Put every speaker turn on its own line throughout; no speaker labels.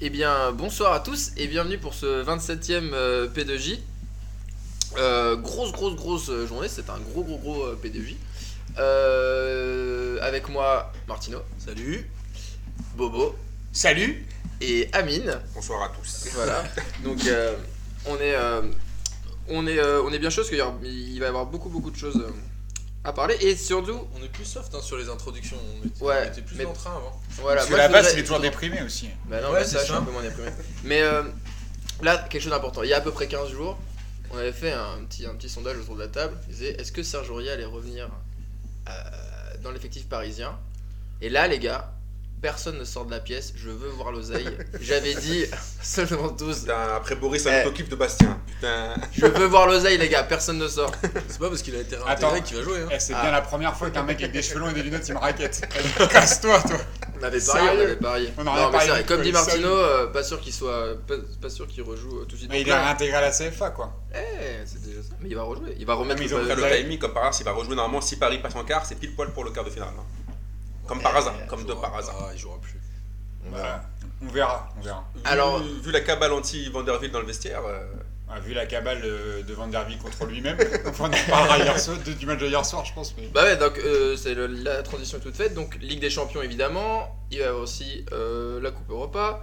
Eh bien, bonsoir à tous et bienvenue pour ce 27e euh, P2J. Euh, grosse, grosse, grosse euh, journée, c'est un gros, gros, gros euh, P2J. Euh, avec moi, Martino,
Salut.
Bobo
Salut.
et Amine.
Bonsoir à tous.
Voilà. Donc, euh, on est, euh, on est, euh, on est bien chaud parce qu'il y aura- il va y avoir beaucoup, beaucoup de choses euh, à parler et surtout,
On est plus soft hein, sur les introductions, on était,
Ouais,
on était plus
mais-
en train avant.
voilà.
Parce que
moi,
la
je
base,
voudrais-
il est toujours déprimé aussi.
Bah non,
Ouais,
mais ça,
c'est
je suis un
ça.
peu moins déprimé. Mais euh, là, quelque chose d'important. Il y a à peu près 15 jours, on avait fait un petit, un petit sondage autour de la table. Il disait est-ce que Serge Aurier allait revenir euh, dans l'effectif parisien Et là, les gars, personne ne sort de la pièce. Je veux voir l'oseille. J'avais dit seulement 12.
Putain, après Boris,
Eh.
on t'occupe de Bastien. Putain.
Je veux voir l'oseille, les gars. Personne ne sort.
C'est pas parce qu'il a été
Attends.
réintégré qu'il va jouer. Hein.
Eh, c'est
Ah.
bien la première fois qu'un mec avec des cheveux longs et des lunettes, il me raquette. Eh, Casse-toi, toi.
On avait parié,
Sérieux
on avait parié.
On a rien
non, mais
parié
c'est vrai,
du
comme
tout,
dit
les seuls.
Martino, euh, pas sûr qu'il soit, pas, pas sûr qu'il rejoue euh, tout de suite.
Mais il
Donc
est
là,
réintégré à la CFA, quoi.
eh, c'est déjà ça. Mais il va rejouer. Il va remettre.
Ah, mais ils
le-
ont
Euh,
Après,
Vous
le
avez-
timing, comme par hasard, il va rejouer normalement. Si Paris passe en quart, c'est pile poil pour le quart de finale. hein. Comme par
Eh,
hasard, comme
Il
de
jouera
par
pas,
hasard.
il jouera plus.
On va-
Voilà. Bah, On verra, on verra.
Vu-
Alors-
vu la cabale anti-Vanderville dans le vestiaire, euh,
On a Bah, vu la cabale euh, de Van Der Beek contre lui-même. Enfin, on en parlera hier soir, de- du match de hier soir, je pense. Mais...
Bah ouais, donc euh, c'est le- la transition est toute faite. Donc Ligue des Champions évidemment, il va y avoir aussi euh, la Coupe Europa,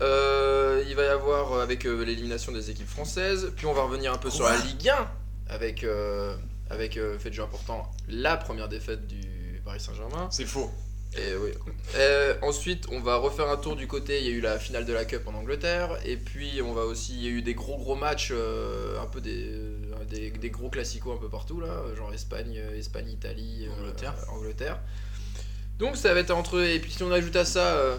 Euh, il va y avoir euh, avec euh, l'élimination des équipes françaises, puis on va revenir un peu sur la Ligue 1 avec euh, avec euh, fait de jeu important, la première défaite du Paris Saint-Germain.
C'est faux.
Et Eh oui. Euh, ensuite, on va refaire un tour du côté. Il y a eu la finale de la Cup en Angleterre. Et puis, on va aussi. Il y a eu des gros gros matchs, euh, un peu des, euh, des, des gros classicos un peu partout là, genre Espagne, euh, Espagne, Italie, euh,
Angleterre.
Angleterre. Donc ça va être entre. Et puis si on ajoute à ça euh,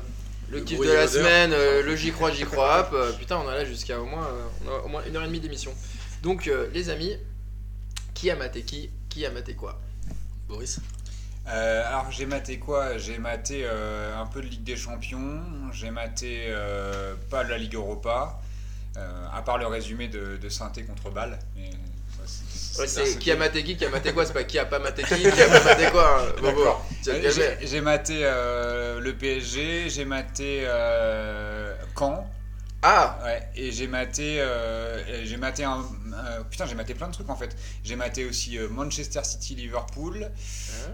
le
Le
kiff
gros
de la
yellow
semaine, euh, le j'y crois, j'y crois, hop, euh, putain, on a là jusqu'à au moins, euh, on a au moins une heure et demie d'émission. Donc euh, les amis, qui a maté qui, qui a maté quoi
Boris
Euh, alors, j'ai maté quoi J'ai maté euh, un peu de Ligue des Champions. J'ai maté euh, pas de la Ligue Europa. Euh, à part le résumé de, de Sainté contre Bâle. Mais, ça, c'est-
Ouais,
c'est-
c'est qui a maté qui, qui a maté quoi, c'est pas qui a pas maté qui, qui a pas maté quoi. hein, Bobo.
D'accord.
Tu vas te
Euh,
calmer.
j'ai- J'ai maté euh, le PSG, j'ai maté euh, Caen,
Ah,
ouais, et j'ai maté, euh, et j'ai maté un, euh, putain, j'ai maté plein de trucs en fait. J'ai maté aussi euh, Manchester City, Liverpool,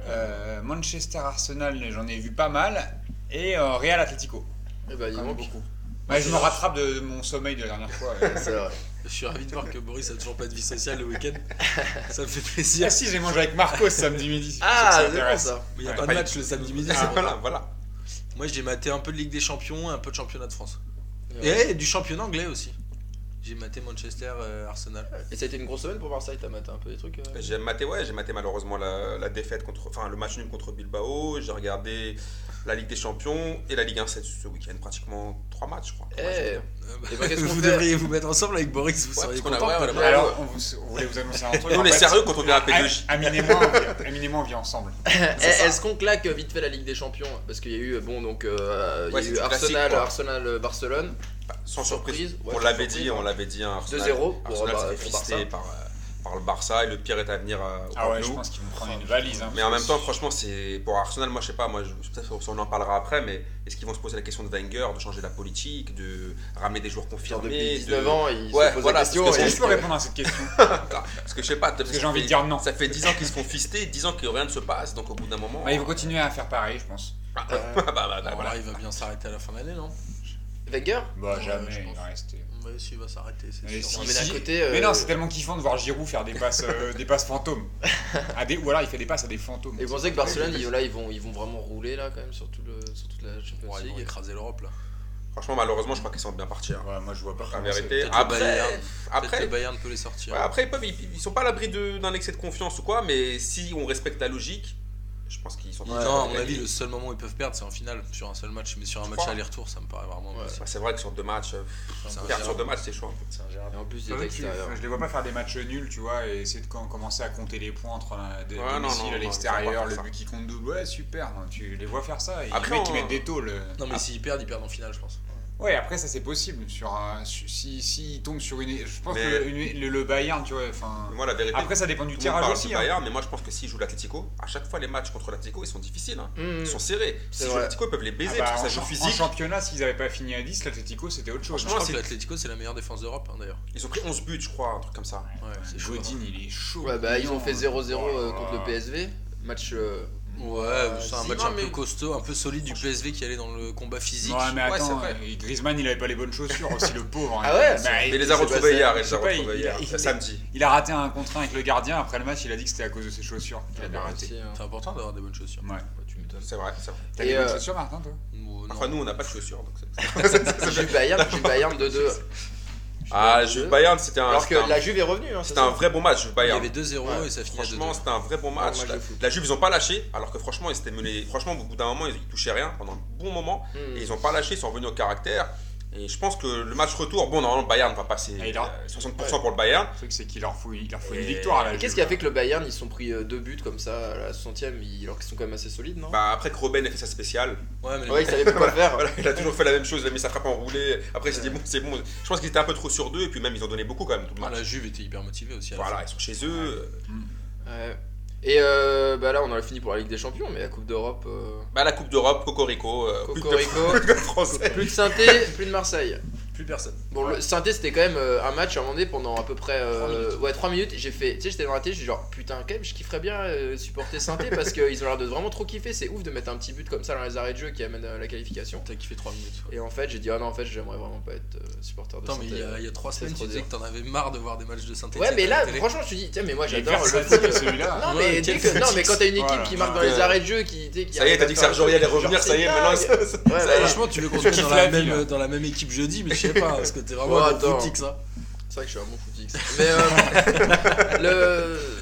euh, Manchester Arsenal, j'en ai vu pas mal, et euh, Real Atlético.
eh ben, dis
quand même
donc.
beaucoup. Ouais, je me rattrape de, de mon sommeil de la dernière fois. euh.
C'est vrai.
Je suis ravi de voir que Boris a toujours pas de vie sociale le week-end. ça me fait
Ah
plaisir.
si, j'ai mangé avec Marco ce samedi midi.
Ah,
Ça
c'est bon
t'intéresse.
ça.
Mais il n'y a
Ouais,
pas de
pas-
match le samedi midi. c'est
ah,
pour
voilà,
ça.
voilà.
Moi j'ai maté un peu de Ligue des Champions, un peu de championnat de France.
Et,
Et du championnat anglais aussi. J'ai maté Manchester, euh, Arsenal.
et ça a été une grosse semaine pour Marseille, t'as maté un peu des trucs. euh
J'ai maté, ouais, j'ai maté malheureusement la, la défaite contre, enfin le match nul contre Bilbao. J'ai regardé la Ligue des Champions et la Ligue 1 c'est ce week-end, pratiquement trois matchs, je crois.
Eh,
Ouais, c'est-
Euh, bah,
Et ben, qu'est-ce qu'on
vous
fait
devriez vous mettre ensemble avec Boris, vous
Ouais, parce
seriez
qu'on a-
content.
ouais, ouais, ouais.
Alors, on, vous- on voulait vous annoncer un truc.
Nous,
en
on est
fait.
sérieux quand on vient à P2J.
Ah, Amine et moi, on vit- Amine et moi, on vit ensemble.
Eh, Est-ce qu'on claque euh, vite fait la Ligue des Champions Parce qu'il y a eu, euh, bon, donc, euh,
Ouais,
il y a eu
c'était classique,
Arsenal,
quoi.
Arsenal, euh, Barcelone.
Sans surprise,
Surprise, ouais,
on
sans
l'avait
surprise.
dit, on l'avait dit. hein, Arsenal-
2-0 pour,
Arsenal
bah,
s'est fait
pour Barça.
fister par, euh, par le Barça et le pire est à venir euh, au
Ah ouais,
Camp
je
Nou.
pense qu'ils vont prendre une valise. hein,
Mais en
parce
même
que
temps, franchement, c'est pour Arsenal, moi je sais pas, moi je peut-être qu'on en parlera après, mais est-ce qu'ils vont se poser la question de Wenger, de changer la politique, de ramener des joueurs
Genre,
confirmés
depuis
de-
19 ans, ils
Ouais,
se posent
voilà,
la question.
parce
Est-ce
que
et-
que je peux répondre à cette question
Parce que je sais pas,
Parce que j'ai envie de dire non.
Ça fait 10 ans qu'ils se font fister, 10 ans que rien ne se passe, donc au bout d'un moment.
Bah, ils vont continuer à faire pareil, je pense.
Ah, ouais, bah, bah, bah,
Alors
voilà.
là, il va bien s'arrêter à la fin de l'année, non
Wenger
Bah,
Ouais,
jamais,
je
il
pense.
va rester.
Ouais, si, il va s'arrêter,
Mais
c'est
si,
sûr.
Mais d'un
si.
côté. euh,
Mais non, c'est tellement kiffant de voir Giroud faire des passes, euh, des passes fantômes. À des- Ou alors il fait des passes à des fantômes.
Et vous pensez que Barcelone, ils, là, ils vont, ils vont vraiment rouler là quand même sur, tout le, sur toute la Champions
Ouais, ils vont
League
écraser l'Europe là.
Franchement, malheureusement, je crois qu'ils sont bien partis. hein.
Ah Ouais, moi je vois pas.
En
comment c'est-
vérité,
Ah, Peut-être le
après,
Bayern. Peut-être
après,
le Bayern peut les sortir.
ouais, après, ils peuvent, ils, ils sont pas à l'abri de- d'un excès de confiance ou quoi, mais si on respecte la logique, je pense qu'ils sont.
non, à mon avis, le seul moment où ils peuvent perdre, c'est en finale, sur un seul match. Mais sur un match
crois
aller-retour, ça me paraît vraiment
Ouais.
impossible.
Ouais, C'est vrai que sur deux matchs, euh, perdre
C'est
sur
impossible.
deux matchs, c'est chaud un peu.
Et en plus,
C'est
des
vrai que Ah tu-
extérieurs.
je les vois pas faire des matchs nuls, tu vois, et essayer de com- commencer à compter les points entre la, des,
Ouais, non,
domicile
non,
à
non, ils vont
l'extérieur,
pas
le
faire
but qui compte double. Ouais, super, non, tu les vois faire ça. Et
Après,
les mecs
on-
qui mettent des tôles. euh.
Ah.
Non, mais s'ils perdent, ils perdent en finale, je pense.
Ouais, après ça c'est possible sur un- su- si si il tombe sur une je pense
Mais-
que le, une- le, le Bayern tu vois enfin
Mais Moi, la vérité,
après ça dépend du
tout le monde
tirage
parle du
aussi hein.
Bayern, mais moi, je pense que s'ils jouent l'Atletico, à chaque fois, les matchs contre l'Atletico, ils sont difficiles. hein.
Mmh.
Ils sont serrés.
C'est
S'ils jouent
vrai.
l'Atletico, ils peuvent les
Mm. Ah
baiser
bah,
parce
en,
que ça joue
cha- en
physique.
championnat s'ils avaient pas fini à 10 l'Atletico c'était autre chose.
Franchement,
hein.
Je crois
c'est-
que l'Atletico c'est la meilleure défense d'europe hein, d'ailleurs.
Ils ont pris 11 buts, je crois, un truc comme ça.
Ouais, Ah, c'est chaud. hein.
Godin il est chaud.
Ouais, bah, ils ont
hein.
fait 0-0 euh,
Oh là
contre
là.
le PSV. Match. euh,
Ouais,
Euh,
c'est un
si,
match
non,
un
mais-
peu costaud, un peu solide du PSV qui allait dans le combat physique.
Non mais
Ouais, c'est
attends,
vrai.
euh, Griezmann il avait pas les bonnes chaussures aussi le pauvre. hein.
Ah ouais,
Bah,
c'est-
il-
Mais il les a
je sais pas,
retrouvés
ça-
hier,
je
il les
sais
a
pas,
retrouvés
il-
hier,
il-
euh, samedi.
Il a raté un contre un avec le gardien. Après le match, il a dit que c'était à cause de ses chaussures qu'il avait raté.
aussi, hein.
C'est important d'avoir des bonnes hein. chaussures.
Ouais.
Ouais, tu m'étonnes.
C'est vrai, c'est vrai.
T'as
Et,
des bonnes
euh,
chaussures, Martin, toi
Ou- non.
Enfin, nous, on n'a pas de chaussures. Donc c'est-
Juve Bayern, Juve Bayern 2-2.
ah,
Juve
Juve Bayern, c'était un,
Alors que
c'était un,
la Juve est revenue. hein,
c'était un vrai bon match, Juve
il y
Bayern.
avait 2-0
Ouais,
et ça finit à 2-2.
Franchement, c'était un vrai bon
Un
match.
match de
la,
foot.
la Juve, ils ont pas lâché, alors que franchement, ils s'étaient menés. Franchement, au bout d'un moment, ils, ils touchaient rien pendant un bon moment.
Hmm.
Et ils ont pas lâché, ils sont revenus au caractère. Et je pense que le match retour, bon, normalement, le Bayern va passer
Ah, il a-
euh, 60% pour le Bayern.
Le truc, c'est qu'il leur faut, il leur faut une
Et-
victoire. là,
Et Qu'est-ce
Juve,
qui a fait
là.
que le Bayern ils se sont pris euh, deux buts comme ça à la 60ème ils- alors qu'ils sont quand même assez solides non
Bah, après que Robben ait fait sa spéciale,
Ouais, mais les
Ouais ils savaient pas quoi faire.
voilà, il a toujours fait la même chose, il a mis sa frappe enroulée. Après, il s'est dit, bon, c'est bon. Je pense qu'ils étaient un peu trop sur deux, et puis même, ils ont donné beaucoup quand même tout le
mecs- Ah,
match.
la Juve était hyper motivée aussi. à la
Voilà, ils sont chez eux. euh,
Ouais. Et euh, bah là on en a fini pour la Ligue des Champions mais la Coupe d'Europe euh,
Bah, la Coupe d'Europe, Cocorico, euh, plus de-
Cocorico.
plus de français.
plus de Synthé, plus de Marseille.
fin. Plus personne.
Bon le Synthé c'était quand même euh, un match à un moment donné pendant à peu près euh,
Trois minutes.
ouais 3 minutes, j'ai fait tu sais j'étais dans la télé, j'ai dit genre putain quand même je kifferais bien euh, supporter Synthé parce qu'ils ont l'air de vraiment trop kiffer, c'est ouf de mettre un petit but comme ça dans les arrêts de jeu qui amène à la qualification.
T'as kiffé 3 minutes. ouais.
Et en fait, j'ai dit ah non en fait, j'aimerais vraiment pas être euh, supporter de
Attends, mais
Synthé.
il y a- il y a 3
C'est
semaines,
trop
tu disais
dur.
que t'en avais marre de voir des matchs de Saint-Etienne.
Ouais, mais
à
là,
la télé.
franchement, je te dis, tiens, mais moi
J'ai
j'adore le
personne qui a
foot.
celui-là.
Non,
Ouais,
mais
quel
dès que- non, mais quand t'as une équipe
Voilà.
qui marque dans les
Euh,
arrêts de jeu, qui. tu sais, qui
Ça y est,
arrive
t'as
à
dit que
faire un
Sergio Aurier allait
truc, genre,
revenir, ça y est,
c'est
maintenant.
dingue.
ça- ça-
Ouais,
ça y est.
voilà.
Franchement, tu veux qu'on se mette dans,
Kiffe
la
la vie,
même-
là.
dans la même équipe jeudi, mais je sais pas, parce que t'es vraiment
Bon,
un hein.
attends.
gros footique, ça.
C'est vrai que je suis un bon footix. Mais euh, le.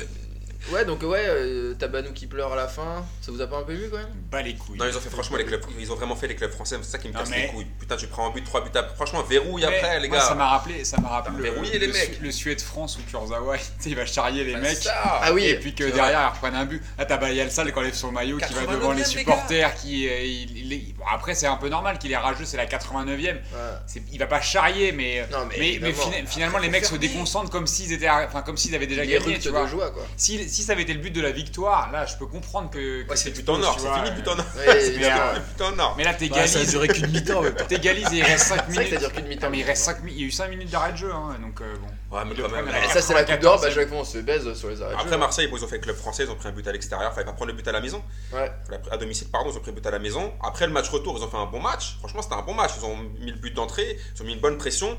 Ouais, donc ouais, euh, Tabanou qui pleure à la fin, ça vous a pas un peu ému quand même
Pas les couilles.
Non, ils ont fait franchement les clubs, ils ont vraiment fait les clubs français, c'est ça qui me
Non,
casse
mais-
les couilles. Putain, tu prends un but, trois buts après. Franchement, verrouille
Mais
après, les
moi,
gars.
Ça m'a rappelé, ça m'a rappelé
Putain,
le,
verrouillez les
le
mecs. Bah,
Su- le Suède-France où Kurzawa, tu sais, il va charrier les mecs.
Ça.
Ah oui,
Et puis que
c'est
derrière, ils reprennent un but. Là, t'as Bayal Sal qui enlève son maillot, qui va
89e,
devant les
les
supporters. qui, euh, il- il est- bon, après, c'est un peu normal qu'il est rageux, c'est la 89e.
Ouais.
C'est- Il va pas charrier, mais,
Non, mais
mais, mais
évidemment.
fina- finalement, les
faut
mecs se
faire mieux.
déconcentrent comme s'ils étaient, arri- enfin, comme s'ils avaient déjà
les
gagné.
ructes
Tu vois.
de joie quoi.
Si, si ça avait été le but de la victoire, là, je peux comprendre que. que
Ouais, c'est
tu
but en
poses,
or,
tu
c'est
vois,
fini,
euh,
but en or.
Ouais,
Mais,
C'est
putain.
euh,
fini, but en or.
Mais là,
Bah, ça a
t'égalises.
duré qu'une mi-temps, mais putain.
T'égalises et il reste
C'est
5
vrai que ça
minutes.
dure qu'une mi-temps.
Non, mais il reste 5 minutes, il y a eu 5 minutes d'arrêt de jeu, hein, donc euh, bon.
Ouais, mais
Le
quand
problème,
même.
elle
Et
là.
ça, c'est la Coupe d'Europe, bah, chaque fois on se baise sur les arrêts de
Après
jeu.
Marseille, bon, ils ont fait le club français, ils ont pris un but à l'extérieur, fallait pas prendre le but à la maison.
Ouais.
À domicile, pardon, ils ont pris le but à la maison. Après le match retour, ils ont fait un bon match. Franchement, c'était un bon match. Ils ont mis le but d'entrée, ils ont mis une bonne pression.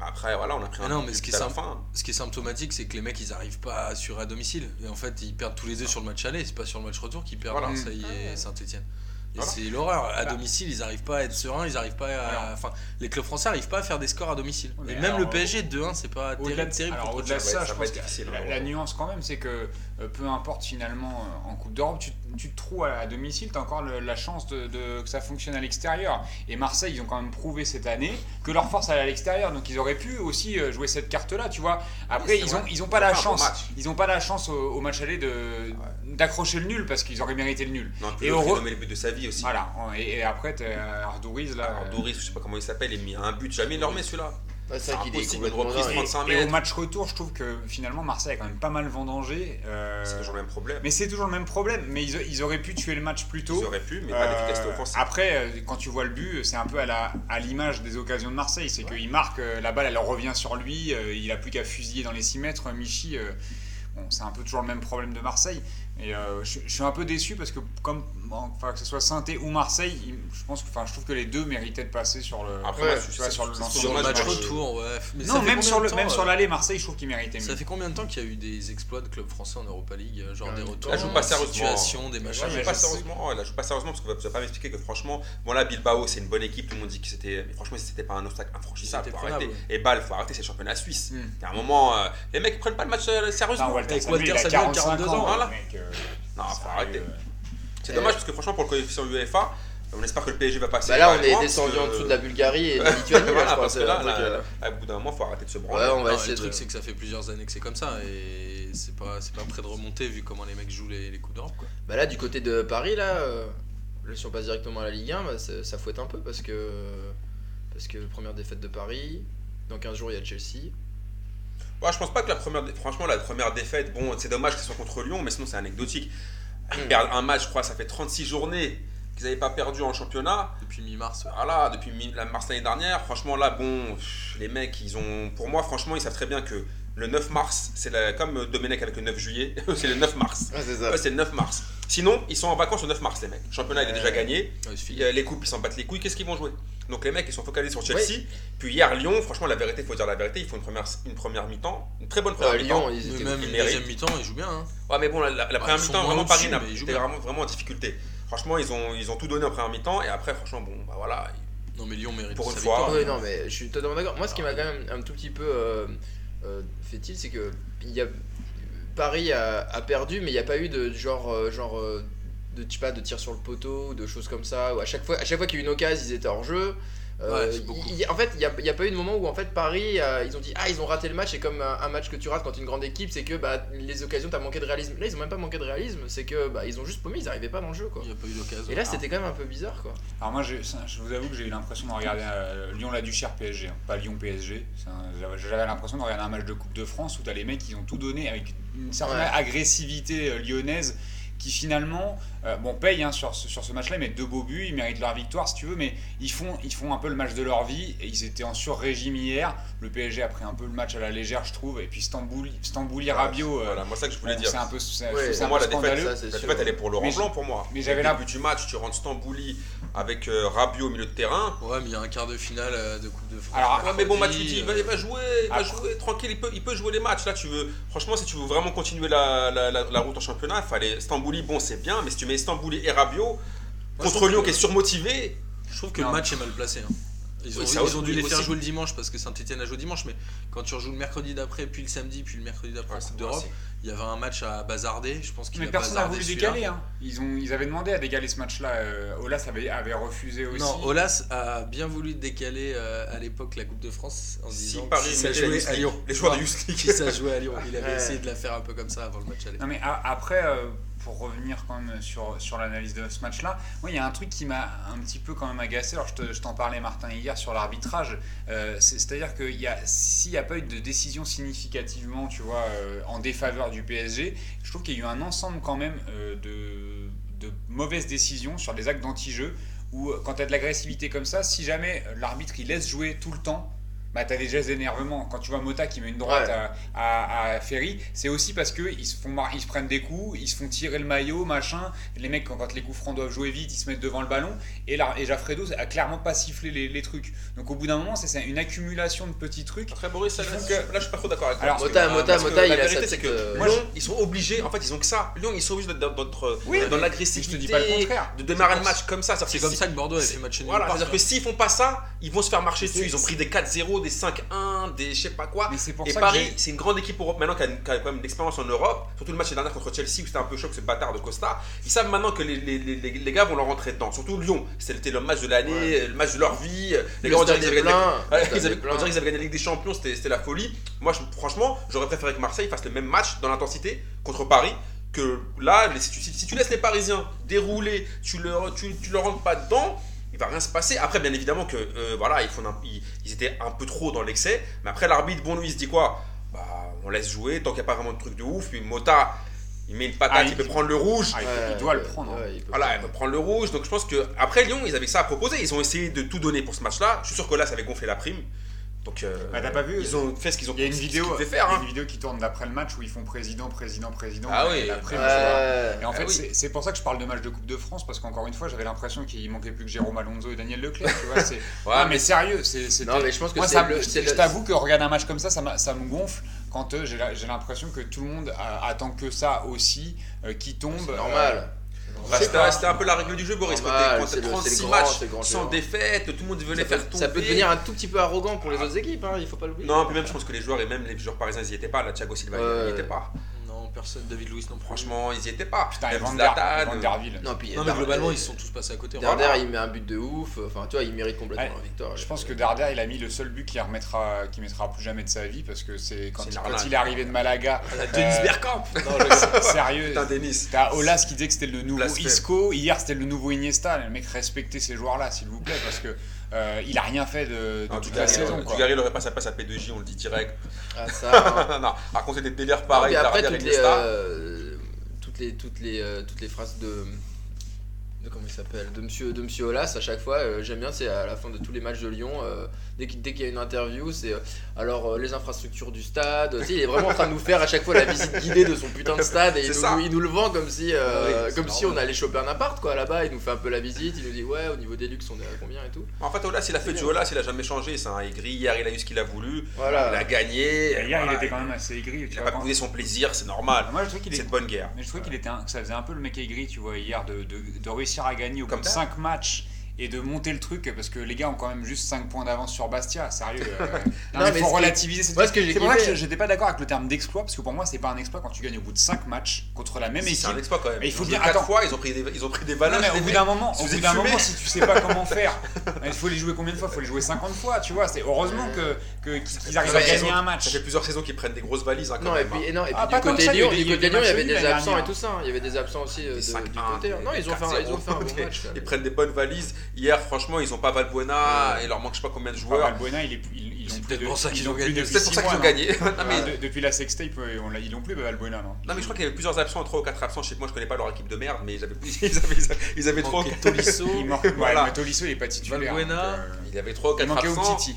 Mais Après, voilà, on a pris
Mais
un
non,
but
mais ce qui
à la
est
fin.
Ce qui est symptomatique, c'est que les mecs, ils arrivent pas à assurer à domicile. Et en fait, ils perdent tous les
Ah.
deux sur le match aller. C'est pas sur le match retour qu'ils perdent
Voilà.
Marseille et Saint-Etienne. Et
Voilà.
c'est l'horreur. À
Bah.
domicile, ils arrivent pas à être sereins. Ils arrivent pas à.
Alors.
Enfin, les clubs français arrivent pas à faire des scores à domicile.
Ouais,
Et
mais
même
alors,
le PSG 2-1, c'est pas
Au-delà
terrible,
de,
terrible.
alors,
contre
au-delà de
Chelsea,
ça,
ouais,
je
ça va
pense
être
que
difficile,
la,
hein,
la
gros.
nuance quand même, c'est que euh, peu importe finalement euh, en Coupe d'Europe, tu, tu te trouves à, à domicile, tu as encore le- la chance de, de- que ça fonctionne à l'extérieur. Et Marseille, ils ont quand même prouvé cette année que leur force allait à l'extérieur, donc ils auraient pu aussi euh, jouer cette carte-là, tu vois. Après,
Oui, c'est
ils ont
vrai.
ils ont pas
Ils ont
la
fait un bon
chance,
match.
ils ont pas la chance au, au match aller de d'accrocher le nul parce qu'ils auraient mérité le nul.
Non,
Et
puis le
au
prix
re-
nommé le but de sa vie aussi.
Voilà. Et, et après, t'as Ardouris là. euh,
Alors, Doris, je sais pas comment il s'appelle, il a mis un but, jamais il le remet celui-là.
Ouais, C'est
C'est
vrai qu'il est
impossible, une
complètement
reprise
dingue.
35
Et au
mètres.
match retour, je trouve que finalement Marseille a quand même pas mal vendangé. euh,
C'est toujours le même problème.
Mais c'est toujours le même problème. Mais ils, ils auraient pu tuer le match plus tôt.
Ils auraient pu, mais pas d'efficacité
Euh,
offensive.
après, euh, quand tu vois le but, c'est un peu à la- à l'image des occasions de Marseille. C'est qu'il marque, euh, la balle, elle revient sur lui. euh, il a plus qu'à fusiller dans les 6 mètres. Michi, euh, bon, c'est un peu toujours le même problème de Marseille. Et euh, je, je suis un peu déçu parce que, comme, enfin, que ce soit saint ou Marseille, il- je pense que, enfin, je trouve que les deux méritaient de passer sur le.
Après,
Ouais,
moi, je
tu
suis
vois,
c'est-
sur le
c'est
lancement
Sur le
Dommage,
match
moi, je-
retour, ouais. Mais ça
non,
fait
même
combien
sur
de
le,
temps,
même
euh,
sur l'aller, Marseille, je trouve qu'il méritait mieux.
Ça fait combien de temps qu'il y a eu des exploits de clubs français en Europa League euh, Genre
Ouais,
des
mais
retours,
là, je joue
pas
des
sérieusement.
situations, des machins.
Je
Ouais,
joue pas
je sais.
sérieusement, ouais, là, je joue pas sérieusement parce que vous avez pas m'expliquer que franchement, bon là Bilbao c'est une bonne équipe, tout le monde dit que c'était, mais franchement si c'était pas un obstacle infranchissable,
C'était
faut arrêter.
prenable.
Et Bâle, faut arrêter, c'est le championnat suisse.
Hmm.
Il y a un moment, euh, les mecs ils prennent pas le match euh, sérieusement.
Putain, Walter
Avec
Samuel,
Walter
il a
Samuel,
42
42
ans.
voilà.
le mec, euh,
Non, faut
sérieux,
arrêter.
euh.
C'est
Euh,
dommage parce que franchement pour le coefficient UEFA, on espère que le PSG va passer.
Bah là,
pas
on est
loin,
descendu
parce
en
que-
dessous de la Bulgarie et de la Lituanie. là, je
Voilà,
crois,
parce que
c'est
là,
un truc,
là,
euh,
à bout d'un moment, faut arrêter de se branler.
Ouais, on va
Non,
essayer
le
de.
truc, c'est que ça fait plusieurs années que c'est comme ça. Et c'est pas, c'est pas près de remonter vu comment les mecs jouent les, les Coupes d'Europe. quoi.
Bah là, du côté de Paris, là, euh, si on passe directement à la Ligue 1, bah, ça, ça fouette un peu parce que Parce que première défaite de Paris, dans 15 jours il y a Chelsea.
Ouais, je pense pas que la première, dé- franchement, la première défaite, bon, c'est dommage qu'elle soit contre Lyon, mais sinon c'est anecdotique. Ils perdent un match, je crois, ça fait 36 journées qu'ils n'avaient pas perdu en championnat.
Depuis mi-mars, ouais.
Voilà, depuis mi- la mars l'année dernière, franchement, là, bon, pff, les mecs, ils ont. Pour moi, franchement, ils savent très bien que le 9 mars, c'est la- comme Domenech avec le 9 juillet, c'est le 9 mars.
Ah, c'est ça.
Ouais, c'est le 9 mars. Sinon, ils sont en vacances le 9 mars, les mecs. Le championnat, il est
Ouais.
déjà gagné.
Ouais, c'est
Puis,
fini.
euh, les coupes, ils s'en battent les couilles. Qu'est-ce qu'ils vont jouer Donc, les mecs, ils sont focalisés sur Chelsea. Puis, hier, Lyon, franchement, la vérité, il faut dire la vérité, ils font une première, une première mi-temps, une très bonne première
Ah,
mi-temps.
Lyon, ils
Mais
étaient
même
ils
la
méritent.
deuxième mi-temps, ils jouent bien. hein.
Ouais, mais bon, la, la- la première
ils sont
mi-temps,
moins
vraiment
au-dessus,
Paris n'a
mais ils jouent
était
bien.
vraiment, vraiment en difficulté. Franchement, ils ont, ils ont tout donné en première mi-temps. Et après, franchement, bon, bah voilà.
Non, mais Lyon mérite
Pour
sa
une fois.
victoire.
Oui, non, mais je suis totalement d'accord. Moi, ce qui m'a quand même un tout petit peu euh, euh, fait tilt, c'est que il y a- Paris a, a perdu, mais il n'y a pas eu de genre, euh, genre euh, de, je sais pas, de tir sur le poteau ou de choses comme ça. Ou à chaque fois, à chaque fois qu'il y a eu une occasion, ils étaient hors jeu. Euh,
Ouais, c'est beaucoup.
il- il- en fait, il n'y a, il y a pas eu de moment où en fait Paris, euh, ils ont dit ah ils ont raté le match. C'est comme un, un match que tu rates quand t'es une grande équipe, c'est que bah les occasions t'as manqué de réalisme. Là, ils ont même pas manqué de réalisme, c'est que bah ils ont juste paumé, ils arrivaient pas dans le jeu quoi.
Il n'y a pas eu d'occasion.
Et là, c'était quand même un peu bizarre quoi.
Alors moi, j'ai- ça, je vous avoue que j'ai eu l'impression de regarder euh, Lyon la Duchère PSG, hein, pas Lyon PSG. C'est un- j'avais- J'avais l'impression de regarder un match de Coupe de France où t'as les mecs qui ont tout donné avec une certaine
Ouais.
agressivité euh, lyonnaise qui finalement, euh, bon, paye hein, sur ce, sur ce match-là, mais deux beaux buts, ils méritent leur victoire si tu veux, mais ils font, ils font un peu le match de leur vie et ils étaient en sur-régime hier. Le PSG a pris un peu le match à la légère, je trouve, et puis Stambouli, Stambouli Rabiot, euh,
Voilà, moi, ça que je voulais
bon,
dire.
c'est un peu, c'est-
Ouais,
c'est un
Pour moi,
peu
la défaite,
scandaleux.
ça, c'est
la
sûr.
défaite, elle est pour Laurent
Mais j'ai-
Blanc, pour moi.
mais j'avais
Au
la-
début du match, tu rentres Stambouli avec euh, Rabiot au milieu de terrain.
Ah. Ouais, mais il y a un quart de finale euh, de Coupe de France.
Alors,
Ouais, mais bon, Mathieu dit,
Mercredi,
il va,
euh,
il va jouer, il va
après-
jouer tranquille, il peut, il peut jouer les matchs. Là, tu veux, franchement, si tu veux vraiment continuer la, la- la- la route en championnat, il fallait Stambouli, bon, c'est bien, mais si tu mets Stambouli et Rabiot
je
contre
trouve
Lyon
que-
qui est surmotivé,
Je trouve que
Non.
le match est mal placé. hein. Ils ont,
Oui, ça
ils ont dû
aussi.
les faire jouer le dimanche parce que Saint-Etienne a joué dimanche, mais quand tu rejoues le mercredi d'après, puis le samedi, puis le mercredi d'après en
Ouais, c'est
Coupe
vrai,
d'Europe, il y avait un match à bazarder. Je pense qu'il
Mais
a
personne n'a
bazardé
voulu
celui-là.
décaler. Hein. Ils, ont, ils avaient demandé à décaler ce match-là. euh, Olas avait, avait refusé aussi.
Non, Olas a bien voulu décaler euh, à l'époque la Coupe de France en
si
disant
Paris
si ça
mettait la
jouait
Youth
à
League,
Lyon.
les joueurs de
Ouais,
Youth League.
si ça jouait à Lyon, il avait
Ouais.
essayé de la faire un peu comme ça avant le match aller.
Non, mais a- après, euh, pour revenir quand même sur, sur l'analyse de ce match-là, moi, il y a un truc qui m'a un petit peu quand même agacé. Alors, je te- je t'en parlais, Martin, hier sur l'arbitrage. Euh, c'est- C'est-à-dire que il y a- s'il n'y a pas eu de décision significativement, tu vois, euh, en défaveur du PSG, je trouve qu'il y a eu un ensemble quand même euh, de, de mauvaises décisions sur des actes d'anti-jeu. Où euh, quand tu as de l'agressivité comme ça, si jamais euh, l'arbitre il laisse jouer tout le temps, bah t'as des gestes d'énervement. Quand tu vois Mota qui met une droite
Ouais.
à, à, à Ferry, c'est aussi parce que ils se font mar- ils se prennent des coups, ils se font tirer le maillot, machin. Les mecs quand, quand les coups francs doivent jouer vite, ils se mettent devant le ballon. Et là, et Jaffredo a clairement pas sifflé les, les trucs. Donc au bout d'un moment, c'est ça, une accumulation de petits trucs.
Après, Boris, là,
Ils
là,
font
je là, je suis pas trop d'accord avec toi.
Alors,
Parce que-
Mota, Mota,
parce que
Mota, il
la
a sa
vérité, c'est
petite,
que
euh,
Lyon, ils sont obligés, en fait, ils ont que ça. Lyon, ils sont obligés d'être dans, dans,
Oui,
dans
mais-
l'agressivité.
mais je te dis pas le contraire.
De démarrer le
C'est-
match comme ça.
C'est comme ça que Bordeaux a fait match nul.
Voilà,
Parce
c'est-à-dire
que-
que s'ils font pas ça, ils vont se faire marcher
Mais
dessus.
c'est-
Ils ont pris des 4-0, des 5-1, des je sais pas quoi.
Mais c'est pour
Et
ça que
Paris,
j'ai-
c'est une grande équipe Europe maintenant qui a, une- qui a quand même de l'expérience en Europe. Surtout le match dernier contre Chelsea où c'était un peu chaud que ce bâtard de Costa. Ils savent maintenant que les, les- les- les- les gars vont leur rentrer dedans. Surtout Lyon, c'était le match de l'année, le match de leur vie. Les
Le
gars, on
stade
dirait qu'ils
est
avaient
plein,
gagné-
le
Ouais,
stade
ils avaient-
est plein.
on dirait qu'ils avaient gagné la Ligue des Champions, c'était c'était la folie. Moi, je- franchement, j'aurais préféré que Marseille fasse le même match dans l'intensité contre Paris que là, les- si tu, si- si tu laisses les Parisiens dérouler, tu leur, tu, tu leur rentres pas dedans, il va rien se passer. Après, bien évidemment que euh, voilà, ils, font un- ils, ils étaient un peu trop dans l'excès, mais après l'arbitre, bon lui, il se dit quoi Bah, on laisse jouer tant qu'il n'y a pas vraiment de truc de ouf. Puis Mota, il met une patate,
Ah,
il,
il-
peut prendre le rouge.
Ah, il,
Ouais,
il doit le
ouais,
prendre. hein.
ouais, il peut
Voilà,
pas.
elle peut prendre le rouge. Donc je pense que après Lyon, ils avaient que ça à proposer. Ils ont essayé de tout donner pour ce match-là. Je suis sûr que là, ça avait gonflé la prime. Donc euh,
Bah, t'as pas vu
ils ont fait ce qu'ils ont
Il y a une
ce qu'ils
vidéo,
pouvaient faire.
il y a
hein.
une vidéo qui tourne d'après le match où ils font président, président, président.
Ah
et
oui,
d'après,
bah Ouais.
tu vois. Et en
Ah
fait,
oui.
c'est- c'est pour ça que je parle de match de Coupe de France, parce qu'encore une fois, j'avais l'impression qu'il manquait plus que Jérôme Alonso et Daniel Leclerc. Tu vois, c'est-
Ouais,
non, mais sérieux, c'est. c'était-
Non, mais je pense que
Moi,
c'est
ça, me-
le-
je,
c'est le-
je t'avoue que regarder un match comme ça, ça, m'a- ça me gonfle quand euh, j'ai la- j'ai l'impression que tout le monde a- attend que ça aussi, euh, qui tombe.
C'est
euh,
normal.
Bah,
Je sais
c'était
pas.
c'était un peu la règle du jeu, Boris. Quand
Normal,
t'es- quand
c'est
t'es
le-
36
c'est le grand,
match
c'est le grand
sans
jeu.
défaite, tout le monde veut les
Ça peut,
faire tomber.
ça peut devenir un tout petit peu arrogant pour les autres équipes, hein, il faut pas l'oublier.
Non, puis même, je pense que les joueurs et même les joueurs parisiens, ils y étaient pas. La Thiago Silva,
Ouais.
ils y étaient pas.
Non, personne, David Luiz non franchement.
Franchement, ils y étaient pas.
Putain, et
Même
Van Der-
Zlatan, euh,
Van Der Ville.
Non, puis
Non, mais
Dar-
globalement, ils se sont tous passés à côté. en
Darder,
vrai.
il met un but de ouf. Enfin, tu vois, il mérite complètement
Ouais,
la victoire.
Je pense que Darder, il a mis le seul but qu'il remettra, qu'il mettra plus jamais de sa vie, parce que c'est quand,
C'est
il-
une
quand
arnaque.
il est arrivé de Malaga.
euh, Denis
euh,
Bergkamp.
non, je- sérieux.
Putain, Denis.
T'as Olas qui disait que c'était le nouveau
Blasphème.
Isco, hier c'était le nouveau Iniesta. Le mec, respectez ces joueurs-là, s'il vous plaît, parce que euh, il a rien fait de, de
Non,
toute la
Dugarry,
saison.
euh,
quoi.
Dugarry n'aurait pas sa passe à P2J, on le dit direct.
Ah, ça. hein.
non, par contre, c'était des délires
Non,
pareils.
mais
de la
après,
radio avec
toutes
les
les,
stars.
euh, toutes les, toutes les, euh, toutes les phrases de, de comment il s'appelle, de Monsieur, de Monsieur Olas à chaque fois. euh, J'aime bien, c'est à la fin de tous les matchs de Lyon, euh, dès qu'il dès qu'il y a une interview, c'est euh, alors euh, les infrastructures du stade. Tu sais, il est vraiment en train de nous faire à chaque fois la visite guidée de son putain de stade et il
C'est
nous,
ça.
il nous le vend comme si, euh,
Oui, c'est
comme si on
normal.
allait choper un appart quoi là-bas. Il nous fait un peu la visite, il nous dit ouais, au niveau des luxes, on est à combien et tout.
En fait, Olas, il a fait
C'est
du
bien.
Olas, il a jamais changé. C'est un aigri. Hier, il a eu ce qu'il a voulu. Il a
Voilà.
gagné.
Et Hier, Euh, il
voilà.
était quand même assez aigri. Tu
Il a
vois,
pas
quand-
prouvé son plaisir, c'est normal.
Moi, je trouve qu'il
C'est
est...
de bonne guerre.
Mais je trouvais qu'il était un- que ça faisait un peu le mec aigri, tu vois, hier, de, de- de réussir à gagner au bout
Comme
de
ça.
5 matchs et de monter le truc, parce que les gars ont quand même juste 5 points d'avance sur Bastia, sérieux. euh, non,
Non,
mais
mais
faut
ce que-
relativiser. cette-
Moi, ce que j'ai
C'est pour ça que
kiffé-
je- j'étais pas d'accord avec le terme d'exploit, parce que pour moi, c'est pas un exploit quand tu gagnes au bout de 5 matchs contre la même
Mais c'est un
équipe.
exploit quand même.
Mais il faut
Ils ont
bien-
joué quatre
attends.
fois, ils ont pris des, ils ont pris des
Non,
ballons.
mais au bout d'un moment,
Vous
au bout
êtes
d'un
fumés.
moment, si tu sais pas comment faire, il faut les jouer combien de fois Il faut les jouer 50 fois, tu vois. C'est heureusement que que- qu'ils arrivent
plusieurs
à gagner
saisons-
un
Ça
match.
fait plusieurs saisons qu'ils prennent des grosses valises hein, quand
Non et,
même.
puis,
hein.
et non, et puis
Ah, pas
du
comme
côté
ça, il y
Lyon,
a eu
du
des-
côté
des
Lyon, il y
matchs
avait des
nuls l'année
absents et
dernière.
tout ça. hein. Il y avait des absents aussi euh,
Des
de-
5-1,
du côté.
des
Non, ils ont fait un- ils ont fait un bon
4-0,
match. quand
Ils
même.
prennent des bonnes valises. Hier, franchement, ils ont pas
Ah,
Valbuena, il leur manque je sais pas combien de
Enfin,
joueurs.
Balbuena, il est plus- ils- ils
C'est
l'ont plus
peut-être
de-
pour ça
ils
qu'ils
l'ont
ont
plus
gagné.
depuis
C'est pour
six
ça qu'ils
mois,
ont
non
gagné. Non, mais-
Ah, De- depuis la sextape, euh, on l'a- ils l'ont plus, bah, Balbuena. Non.
Non mais je crois qu'il y avait plusieurs absents, trois ou quatre absents, je sais que moi je connais pas leur équipe de merde, mais ils avaient, plus- ils avaient, ils avaient, ils avaient trois,
Manquait Tolisso.
Il manque.
Voilà.
Ouais, mais Tolisso, il est pas titulaire.
Valbuena,
donc, euh,
ils avaient trois ou
Il
quatre
manquait
absents.
Umtiti.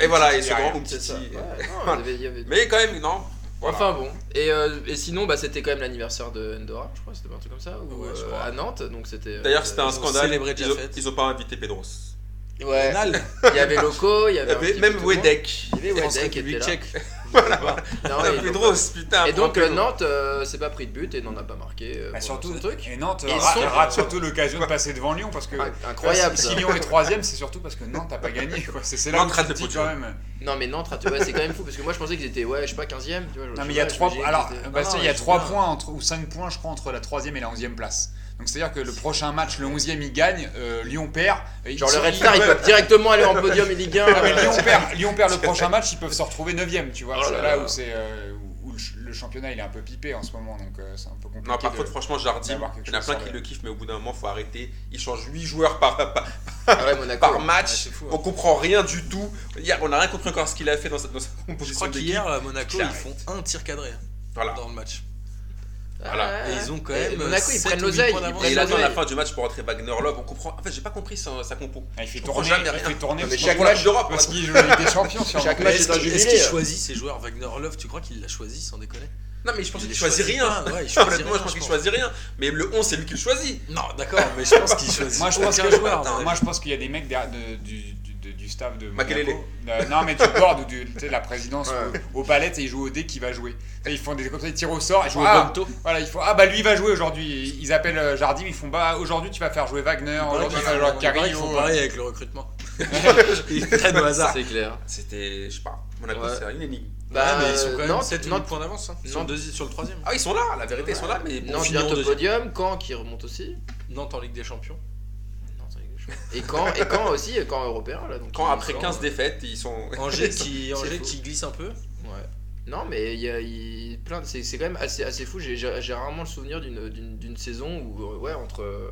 Et voilà, et ce
derrière,
grand
C'est ça.
euh,
Umtiti.
Ouais, non, il y avait- il y avait-
euh. Mais quand même, non. Voilà.
Enfin bon. Et, euh, et sinon, bah, c'était quand même l'anniversaire de Endora, je crois, c'était pas un truc comme ça, ou
Ouais, je
euh,
crois.
à Nantes, donc c'était. euh,
D'ailleurs, c'était un
Ils ont
scandale.
célébré
Ils
déjà
ont-
fait.
ils ont pas invité Pedros.
Ouais.
Nal,
Il y avait Loco, il y
Il
avait. un
y avait
petit peu
Même
tout le monde.
Wedek.
Il y avait
France
Wedek qui était
République
là.
tchèque.
Non,
Ah,
et donc-
Pedros, putain.
Et donc
prends
euh,
Pedros.
Nantes, euh, s'est pas pris de but et n'en a pas marqué. euh,
Bah,
pour
surtout,
son truc.
et Nantes
Ils
rate,
sont-
rate surtout l'occasion de passer devant Lyon parce que
Inc- Incroyable.
si,
ça.
si Lyon est troisième, c'est surtout parce que Nantes n'a pas gagné. quoi. C'est c'est là
Nantes
où tu
rate
te
le
dis
podium.
quand même.
Non mais Nantes, tu vois, c'est quand même fou parce que moi je pensais qu'ils étaient, ouais, je sais pas, 15 e
Non, mais il y a trois. Alors, bah, Bastien,
non,
il y a
ils jouent
trois
bien.
points entre, ou 5 points, je crois, entre la 3 et la 11 place. Donc, c'est-à-dire que le prochain match, le 11 il gagne, euh, Lyon perd. et ils
Genre le
sont-
Red
ils-
Star, ils peuvent directement aller en podium et Ligue 1.
Non, mais Lyon
euh,
perd, Lyon perd le prochain match, ils peuvent se retrouver 9 tu vois.
Oh
c'est
là
là,
là.
où, c'est, euh, où- où le ch- le championnat il est un peu pipé en ce moment, donc euh, c'est un peu compliqué.
Non, par
de-
contre, franchement, Jardim,
d'avoir quelque
il y en a
chose
plein
sur
qui
le-
le kiffent, mais au bout d'un moment, faut arrêter. Il change 8 joueurs par, par,
Ah ouais, Monaco.
par
Ouais,
match.
c'est fou, hein.
on comprend rien du tout. Hier, on n'a rien compris encore ce qu'il a fait dans sa, dans sa
Je
composition
crois
d'équipe.
qu'hier, à Monaco, ils
Claire,
font un tir cadré hein,
Voilà.
dans le match.
Euh,
Voilà.
Et ils ont quand
Ah. Et
même. euh,
Monaco, ils
sept
prennent
ou huit
l'oseille,
points
ils
d'avance.
Et
prennent
il attend
l'oseille.
la fin du match pour entrer Wagner Love. On comprend. En fait, j'ai pas compris sa, sa compo.
Ah, il fait
Je
tourner,
comprends jamais
il fait
rien.
tourner
Non, mais
parce
chaque
qu'il-
match
d'Europe,
parce
hein.
qu'il joue la Ligue des Champions. sûrement.
Chaque
Mais
match
Est-ce
dans le
qu'il-
jubilé,
est-ce qu'il
euh.
choisit ses joueurs Wagner Love Tu crois qu'il l'a choisi sans déconner
Non, mais je pense
Il
qu'il
les
choisit rien.
pas, ouais, il choisit
Honnêtement,
rien,
je pense qu'il
pense.
choisit rien. Mais le 11, c'est lui qui le choisit.
Non, d'accord, mais je pense qu'il choisit.
Moi je pense
aucun
que
joueur.
attends,
dans la
moi je pense qu'il y a des mecs derrière de- du, du- de- du staff de Monaco.
Makelele.
Euh, non mais du board ou du- tu sais, la présidence
Ouais.
au, au palette et ils jouent au dé qui va jouer. Tu sais, Ils font des comme ça, ils tirent au sort, ils jouent
Ah.
au bonto. Voilà, ils font ah bah lui il va jouer aujourd'hui. Ils appellent euh, Jardim, ils font bah aujourd'hui tu vas faire jouer Wagner,
vie.
aujourd'hui
Il
tu vas
paraît
jouer
qu'ils font- Ils font
Carillo.
pareil avec le recrutement. Ils prennent au hasard.
C'est clair.
C'était, je sais pas. Monaco,
Ouais.
c'est une énigme.
Bah, mais ils sont quand même
Nantes,
7 ou huit
Nantes,
points d'avance hein, sur,
Nantes-
le deuxi- sur le troisième.
Ah, ils sont là. La vérité, ils sont là. Mais bon,
Nantes
finit en
vient au
deuxième.
podium, Caen qui remonte aussi.
Nantes en Ligue des Champions.
Et Caen, et Caen aussi, et Caen européen là. Donc
quand
ils
après
sortent.
15 défaites, ils sont.
Angers qui,
C'est
Angers
fou.
qui glisse un peu.
Ouais. Non, mais il y a il- plein de. C'est c'est quand même assez, assez fou. J'ai j'ai- j'ai rarement le souvenir d'une- d'une d'une saison où, euh, ouais, entre. euh,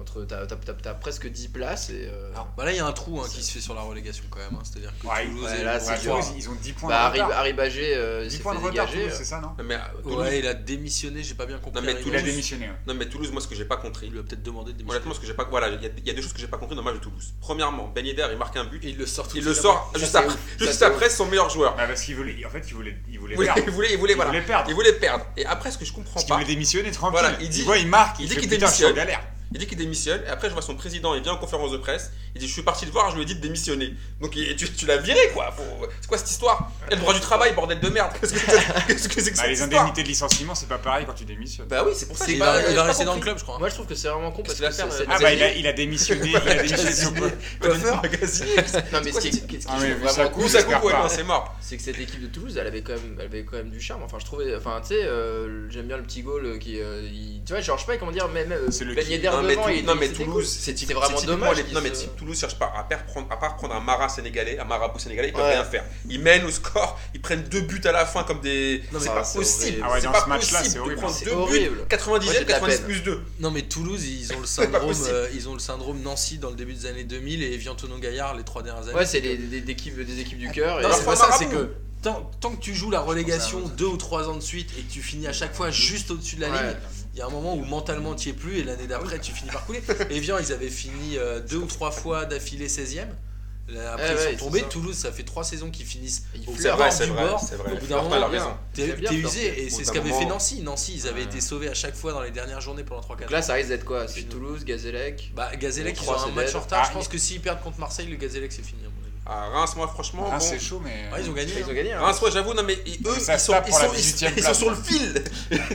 entre T'as t'as- t'as- t'as presque 10 places et. euh,
Alors, bah là, il y a un trou hein,
C'est-
qui se fait sur la relégation quand même. hein, C'est-à-dire que
Ouais,
Toulouse
ouais,
est-
là, c'est
Ouais,
dur.
ils- Ils ont 10 points
bah,
de retard.
Harry Bagé euh,
10
s'est
points de
fait
retard,
dégager.
Toulouse, c'est ça non
Non, Mais, euh, Toulouse-
Ouais, il a démissionné, j'ai pas bien compris.
Non, mais
Harry
Il a
Toulouse-
Toulouse.
démissionné. ouais.
non, mais Toulouse, moi, ce que j'ai pas compris.
Il lui a peut-être demandé de démissionner.
Honnêtement, ce que j'ai pas, voilà, il y, a- il y a deux choses que j'ai pas compris dans le match de Toulouse. Premièrement, Ben Yedder, il marque un but,
Et il le sort tout
il
de
le
suite
sort
Ça,
juste
c'est
après,
ouf. Ça,
juste
c'est
après son meilleur joueur.
Bah, parce qu'ils voulaient en fait ils voulaient ils voulaient
Il voulait,
perdre.
il voulait, il voulait,
Ils
voilà,
voulaient perdre.
il voulait perdre. Et après, ce que je comprends
Parce qu'il
pas,
voulait démissionner tranquille.
Voilà, il dit-
voit, il marque,
il
il,
dit
dit fait
qu'il
putain, je suis en
démissionne.
galère.
il dit qu'il démissionne. Et après, je vois son président, il vient en conférence de presse, il dit, je suis parti le voir, je lui ai dit de démissionner. Donc, il- tu, tu l'as viré, quoi. Faut- C'est quoi cette histoire Et le droit du travail, bordel de merde. Qu'est-ce que c'est qu'est-ce que c'est que
Bah,
cette
les
histoire
indemnités de licenciement, c'est pas pareil quand tu démissionnes.
Bah oui, c'est pour ça.
C'est-
qu'il
Il va il va
pas
rester dans le
compris.
club, je crois. hein.
Moi je trouve que c'est vraiment con parce
Qu'est-ce
que
qu'il va
c'est-
faire,
c'est-
ah bah il a, il a démissionné, il a démissionné. au-
Coiffeur, magasinier, qu'est-ce que-
Non mais ce qui est,
Qu'est-ce
ce qui
Ah
est
oui, mais ça
vraiment
coupe,
Où ça coupe, ouais,
j'espère
non,
pas.
c'est mort.
c'est que cette équipe de Toulouse, elle avait quand même, elle avait quand même du charme. Enfin, je trouvais, enfin, tu sais, euh, j'aime bien le petit goal euh, qui, euh, il- tu vois, genre, je sais pas comment dire, même, même
C'est le
Ben
qui-
Yedder
non, Non, mais,
devant.
Tou-
il-
non,
il-
mais
c'était cool.
Toulouse, c'est typ-
C'était vraiment
c'est typiquement
dommage
les-
qu'ils
non, mais
se-
si Toulouse cherche pas à, perdre- prendre- à part prendre un Mara sénégalais, un marabout sénégalais, ils peuvent
Ouais.
rien faire. Ils mènent au score, ils prennent deux buts à la fin comme des.
Non, mais
c'est
ah,
pas
c'est
possible.
horrible.
Ah ouais,
c'est
dans
pas
ce match-là,
possible
c'est
de
horrible.
prendre
C'est
deux
horrible.
buts,
Moi, j'ai
90e,
de la
90
peine.
plus 2.
Non mais Toulouse, ils ont le
pas
syndrome,
possible.
euh, ils ont le syndrome Nancy dans le début des années 2000 et Viantonon Gaillard les trois dernières années.
Ouais, c'est les- des, des équipes, des équipes
Ah,
du cœur. et-
Non, c'est
Parfois
pas ça,
marabout.
c'est que tant, tant que tu joues la relégation
pense à-
deux ou trois ans de suite et que tu finis à chaque fois juste au-dessus de la
Mm-hmm. Ouais.
ligne, il y a un moment où mentalement tu y es plus et l'année d'après tu finis par couler. Evian, ils avaient fini euh, deux ou trois fois d'affilée 16ème. Après,
Eh
ils
ouais,
sont
c'est
tombés.
ça.
Toulouse, ça fait trois saisons qu'ils finissent.
Ils
au
fleurent.
C'est vrai, c'est
bord du
vrai,
bord.
c'est vrai.
Au bout d'un
Fleur,
moment,
t'as
bien.
raison.
T'es
J'aime bien
t'es
leur
usé et
Au bout
c'est ce
d'un
qu'avait
moment.
fait Nancy. Nancy, ils avaient
Ouais.
été sauvés à chaque fois dans les dernières journées pendant 3-4
Donc là, ça risque d'être quoi C'est
Sinon.
Toulouse, Gazelec.
Bah, Gazélec,
Bon,
ils ont
trois,
un
c'est
match
dead.
en retard.
Ah,
je pense que s'ils perdent contre Marseille, le Gazélec, c'est fini. à mon avis.
À Ah, Reims, moi, franchement.
Reims,
bon,
c'est chaud, mais.
Ah, ils ont gagné.
Ils
hein.
ont gagné. hein.
Reims, ouais, j'avoue, non, mais ils- eux,
Ça
ils
se
sont,
tape
ils
pour la
sont, ils-
18e
ils sont
place.
sur le fil.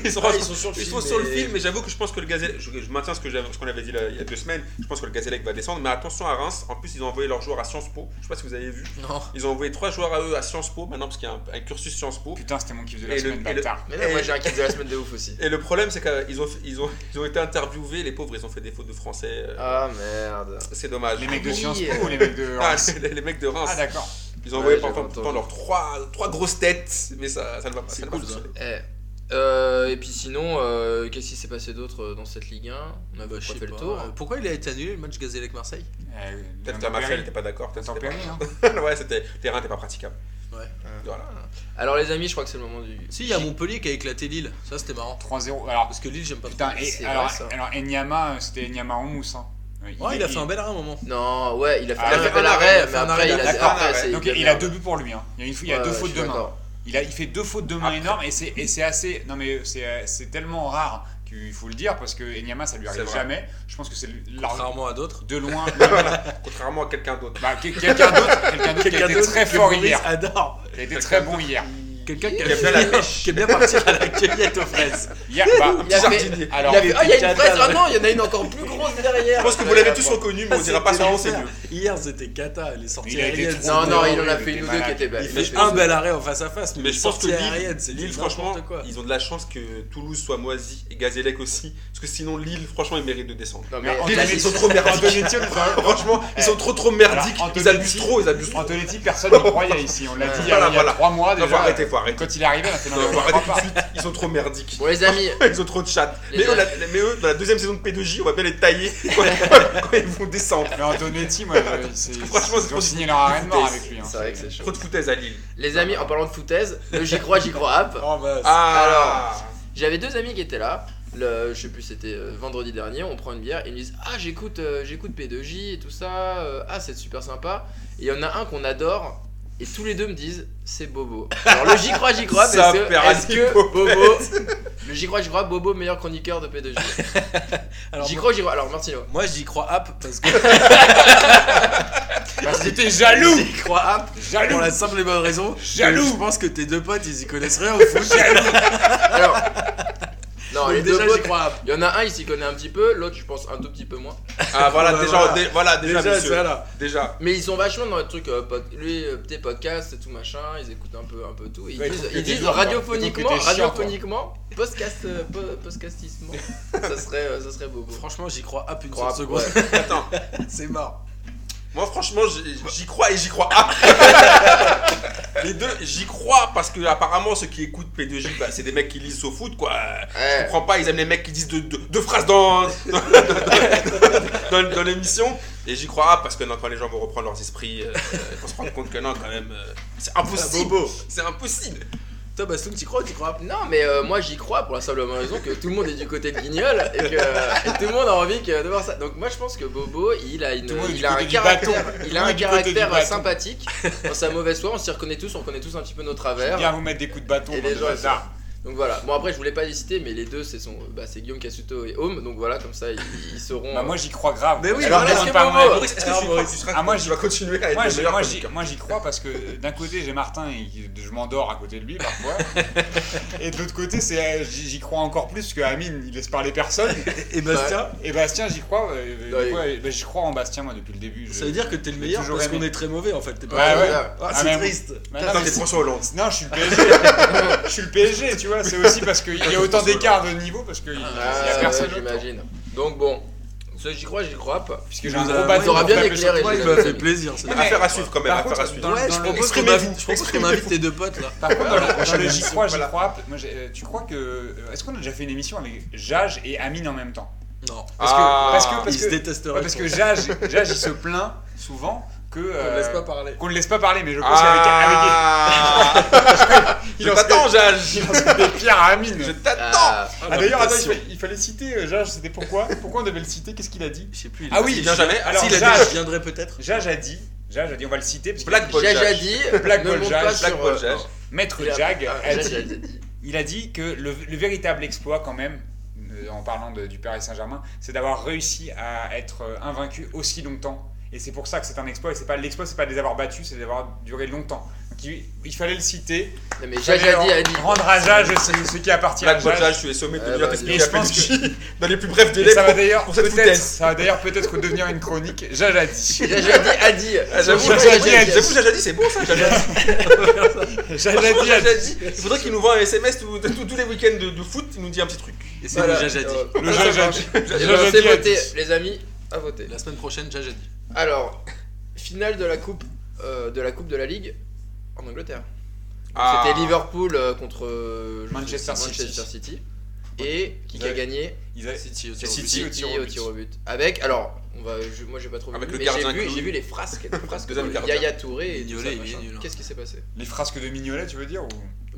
Ils sont,
Ah, ils sont sur le
ils
fil,
sont sur le
mais-
fil, mais j'avoue que je pense que le Gazelle, je, je maintiens ce que j'avais- ce qu'on avait dit là, il y a deux semaines. Je pense que le Gazellec va descendre, mais attention à Reims. En plus, ils ont envoyé leurs joueurs à Sciences Po. Je sais pas si vous avez vu.
hein. Non.
Ils ont envoyé trois joueurs à eux à Sciences Po maintenant parce qu'il y a un, un cursus Sciences Po.
Putain, c'était mon kiff de la
Et le-
semaine,
et le-
bâtard.
Mais là, moi,
Et-
j'ai un kiff de la semaine de ouf aussi.
Et le problème, c'est qu'ils ont, ils ont, ils ont été interviewés, les pauvres, ils ont fait des fautes de français. euh,
Ah merde.
C'est dommage.
Les mecs de
oui,
Sciences
euh.
Po ou les mecs de
Ah,
Reims
les, les mecs de Reims,
Ah, d'accord.
ils ont envoyé
Ouais,
par
j'avais
contre pourtant leurs trois, trois grosses têtes, mais ça, ça ne va pas.
C'est
ça ne
cool,
va pas
ça.
fonctionner.
Eh. Euh, et puis sinon, euh, qu'est-ce qui s'est passé d'autre euh, dans cette Ligue 1 On a
Bah,
pas
je sais
fait le
pas.
tour.
Euh, Pourquoi il a été annulé le match Gazélec-Marseille
Euh,
Peut-être
Leandro
qu'à Marseille,
Perry.
t'es pas d'accord. peut-être que
Tempéré, hein.
c'était pas- ouais, c'était le terrain n'était pas praticable.
Ouais.
Voilà.
Alors les amis, je crois que c'est le moment du.
Si, il y a Montpellier qui a éclaté Lille. Ça, c'était marrant.
3-0. Alors,
Parce que Lille, j'aime pas trop.
putain,
c'est
et, alors,
vrai, ça.
alors Enyama, euh, c'était Enyama en mousse. Hein. Ouais,
Ouais, il a fait un bel arrêt à un moment.
Non, ouais, il a fait,
Ah,
un,
il a
fait
un
un
arrêt,
arrêt,
mais
il a fait un
après,
arrêt,
il a,
d'accord,
après,
ouais.
c'est-
Donc,
de la
il a
merde.
deux buts pour lui. Hein. Il, y a une, il y a
Ouais,
deux
ouais,
fautes
je
de
suis
main.
d'accord.
Il, a, il fait deux fautes de main
Après-
énormes et c'est et c'est assez. Non, mais c'est euh, c'est tellement rare qu'il faut le dire parce que Enyama, ça lui
C'est
arrive
vrai.
jamais. Je pense que c'est l'arme
Contrairement à d'autres.
de loin.
Contrairement à quelqu'un d'autre.
Bah, quel- quelqu'un d'autre quelqu'un d'autre qui a été très fort hier.
adore.
Il a été très bon hier.
Quelqu'un qui,
Qui aime bien la pêche.
qui aime bien partir à la cueillette aux fraises.
Hier, bah,
Il a fait-
jardinier.
alors,
il a fait,
oh,
ah, il y a une
Quatre
fraise, ah
arrêts.
non, il y en a une encore plus grosse derrière.
Je pense que vous
Ouais,
l'avez tous
bon.
reconnu,
Ah,
mais on dira pas son nom, c'est mieux.
Hier, c'était Kata. Elle est sortie
Il a été
aérienne.
trop
Non, non,
Ouais,
il en a
il
fait
était
une ou deux
malade.
qui étaient belles.
Il
Mais
fait
un bel arrêt en face à face.
Mais je pense que
sortie aérienne, c'est
Lille, Lille, franchement,
n'importe quoi.
ils ont de la chance que Toulouse soit moisi et Gazélec aussi. Parce que sinon, Lille, franchement, ils méritent de descendre.
Non,
Mais
mais
en-
Lille, ils sont trop merdiques.
Antonetti, on nous a-
Franchement, ils sont trop trop merdiques.
Alors,
Ils abusent
Antonetti-
trop, ils abusent trop.
Antonetti, personne n'y croyait ici. On l'a dit il y a-
Voilà,
il y a
voilà.
trois mois
Non,
déjà.
faut arrêter, faut arrêter.
Quand il est arrivé, on a fait non,
Ah, Non,
mais on
faut
le
arrêter
croit
tout de
pas.
suite. Ils sont trop merdiques.
bon, les amis,
Ils ont trop de chattes.
Les
Mais eux,
gars.
la- mais eux, dans la deuxième saison de P2J, on va bien les tailler quand quand ils vont descendre.
Mais Antonetti, moi, je- c'est-
franchement, c'est
ils ont
trop-
signé leur arène mort avec lui. hein.
c'est vrai que c'est chaud.
Trop de foutaises à Lille.
Les amis, en parlant de foutaise, le j'y crois, j'y crois app.
Oh, bah,
Ah
J'avais deux amis qui étaient là. Le, je sais plus, c'était euh, vendredi dernier. On prend une bière. Ils me disent Ah, j'écoute euh, j'écoute P2J et tout ça. euh, ah, c'est super sympa. Et il y en a un qu'on adore. Et tous les deux me disent C'est Bobo. Alors le j'y crois, j'y crois. parce
Ça
que-
perd
Est-ce
à
que
Bobo.
Bobo. Le j'y crois, j'y crois. Bobo, meilleur chroniqueur de P2J.
alors,
J'y
moi-
crois, j'y crois. Alors Martino.
Moi, j'y crois app parce que
Parce que t'es jaloux
j'y crois app pour
Jaloux
la simple et bonne raison. que
Jaloux.
Je pense que tes deux potes, ils y connaissent rien au foot. Jaloux.
Alors. Non, les deux
Déjà, j'y
potes,
crois app.
Il y en a un, il s'y connaît un petit peu. L'autre, je pense un tout petit peu moins.
Ah voilà,
Bah,
déjà,
voilà.
dé- voilà, déjà,
Déjà,
monsieur.
c'est là.
Déjà.
Mais ils sont vachement dans le truc, euh, pod- lui, euh, tes podcasts et tout machin, ils écoutent un peu, un peu tout. Ils
Ouais, ils
disent,
trouvent que
ils
t'es
disent
dur, quoi. Ils
radiophoniquement,
trouvent que t'es chiant, quoi.
radiophoniquement, podcast, euh, po- podcastisme. ça serait, euh, ça serait beau.
Franchement, j'y crois app une
Crois,
seule seconde.
ouais.
Attends,
C'est mort.
moi franchement, j'y- j'y crois et j'y crois. Ah. Les deux, j'y crois parce que apparemment ceux qui écoutent P2J, bah, c'est des mecs qui lisent au foot quoi. Je
Ouais.
comprends pas, ils aiment les mecs qui disent deux, deux- deux phrases dans, dans, dans- dans- dans l'émission. Et j'y crois ah, parce que non, quand les gens vont reprendre leurs esprits, euh, ils vont se rendre compte que non, quand même, euh, c'est impossible. C'est impossible.
Toi, Bastoun, t'y crois ou t'y crois app
Non, mais euh, moi j'y crois pour la simple et bonne raison que tout le monde est du côté de Guignol et que et tout le monde a envie que- de voir ça. Donc moi je pense que Bobo il a, une,
Tout le monde est
il
du
a un
côté du
caractère,
bâton. Tout
il
le
a
monde
un
est du côté du
caractère
bâton.
sympathique. Dans sa mauvaise foi, on s'y reconnaît tous, on connaît tous un petit peu nos
J'aime
travers.
bien vous mettre des coups de bâton
Et
dans
les
le
gens,
bazar.
Donc voilà. Bon après je voulais pas les citer mais les deux c'est son bah, c'est Guillaume Cassuto et Home donc voilà comme ça ils, ils sauront.
Bah, moi, j'y crois grave.
Mais oui,
Alors,
voilà.
est-ce
que
que par
Bobo-
moi-
Maurice, est-ce que
Alors,
tu y crois
Maurice.
que tu seras-
Ah, moi,
tu
j'y
vas continuer à être
Moi,
le
j'y-
meilleur
moi, j'y-
chroniqueur
moi, j'y crois parce que euh, d'un côté j'ai Martin et qui- je m'endors à côté de lui parfois et de l'autre côté c'est euh, j'y j'y crois encore plus parce que Amine il laisse parler personne
Et Bastien
et Bastien j'y crois euh, euh,
Ouais.
du coup, euh, bah, j'y crois en Bastien moi depuis le début je-
Ça veut dire que t'es le
J'ai
meilleur
toujours
parce
aimé.
qu'on est très mauvais en fait. T'es
euh,
Ouais,
pas
ouais.
Ah,
Ah,
c'est
mais-
triste.
Bah, non,
Attends,
mais
t'es
c'est-
François Hollande.
non, je suis le PSG. je suis le PSG, tu vois. C'est aussi parce qu'il y a autant d'écart de niveau parce qu'il n'y
Ah,
a personne. hein.
ouais,
autour.
j'imagine. Donc bon, Ça, j'y crois, j'y crois pas.
Puisque j'ai
Nous
un
avons-
gros bad
Nous aura
pour
bien
taper sur
éclairé,
toi,
les
il
Ça
amis.
va-
m'a fait plaisir. ça.
Mais
Mais-
Affaire à suivre quand même,
par
affaire
contre,
à suivre.
dans-
Ouais, je
le-
propose qu'on
exprimez-vous,
invite- je propose qu'on invite tes deux potes là.
Par contre, dans le- dans le j'y
émission,
crois, j'y
Ah, voilà.
crois, moi, j'ai- euh, tu crois que. euh, Est-ce qu'on a déjà fait une émission avec Jage et Amine en même temps
Non.
Parce que-
Ah.
parce que- parce
Ils se détesteraient.
Ouais, parce que Jage, Jage, il se plaint souvent que.
On
euh,
ne laisse pas parler.
qu'on ne laisse pas parler, mais je pense qu'avec avec-
Ah
il
Je
en
t'attends,
serait-
Jage
il en serait des pierres à Amine.
Je t'attends
Ah,
Ah, D'ailleurs, attends, il
attention.
fallait, il fallait citer euh, Jage, c'était pourquoi Pourquoi on devait le citer Qu'est-ce qu'il a dit
Je sais plus. il
Ah
a-
oui,
Il vient jamais.
Alors,
S'il a
Jage-
dit-
Je viendrai peut-être.
Jage a dit, Jage a dit, on va le citer, parce que
Black Bolt
J'ai déjà
Jage.
dit,
Black
ne
Bolt
monte
Jage,
pas sur...
Black Bolt
euh,
Jage.
non.
Maître
Il a-
Jag
Ah,
a
Jage
dit,
a déjà dit.
il a dit que le, le véritable exploit quand même, euh, en parlant de- du Paris Saint-Germain, c'est d'avoir réussi à être euh, invaincu aussi longtemps. Et c'est pour ça que c'est un exploit, et c'est pas l'exploit, c'est pas de les avoir battus, c'est de les avoir duré longtemps. Donc il, il fallait le citer.
Non, mais
Il
Jage
fallait
a dit, a dit.
Rendre à Jage ce, ce qui appartient
Black
à
Bolt
Jage.
Jage, tu es sommé de
Euh,
devenir
bah,
t'expliquer
et Eh ben, je
à
pense
Pellucci dans les plus brefs
Et
délais.
ça va
pour-
d'ailleurs
pour cette
peut-être,
foutaise.
ça va d'ailleurs peut-être devenir une chronique. Jage a dit.
Jage a dit, a dit.
Ah, J'avoue,
Jage
Jage
a dit, a dit.
j'avoue, Jage a dit, c'est bon ça, Jage a dit. Franchement,
Jage a dit. a
Jage a
dit.
dit. Il faudrait qu'il nous voit un SMS tous tous- tous les week-ends de de foot, il nous dit un petit truc.
Et c'est
Voilà.
le Jajadi.
Euh,
Le Jage a dit.
eh
Jage
ben,
a
C'est
dit, a
voté,
dit.
les amis, à voter.
La semaine prochaine, Jajadi.
Alors, finale de la coupe euh, de la coupe de la Ligue en Angleterre.
Ah.
C'était Liverpool euh, contre euh, je
Manchester
sais-
City.
Manchester City. Et qui a
Ouais.
gagné
Ils a-
City,
Et
aussi.
City.
City
au tir au
au
but.
tir au but. Avec, alors, on va, je- moi j'ai pas trop
Avec
vu,
le
mais
gardien
j'ai vu,
Clooney.
j'ai vu les frasques, les frasques
Deuxième
de
gardien.
Yaya Touré et tout
Mignolet,
ça,
il est
machin.
nul, hein.
Qu'est-ce qui s'est passé
Les frasques de Mignolet, tu veux dire Ou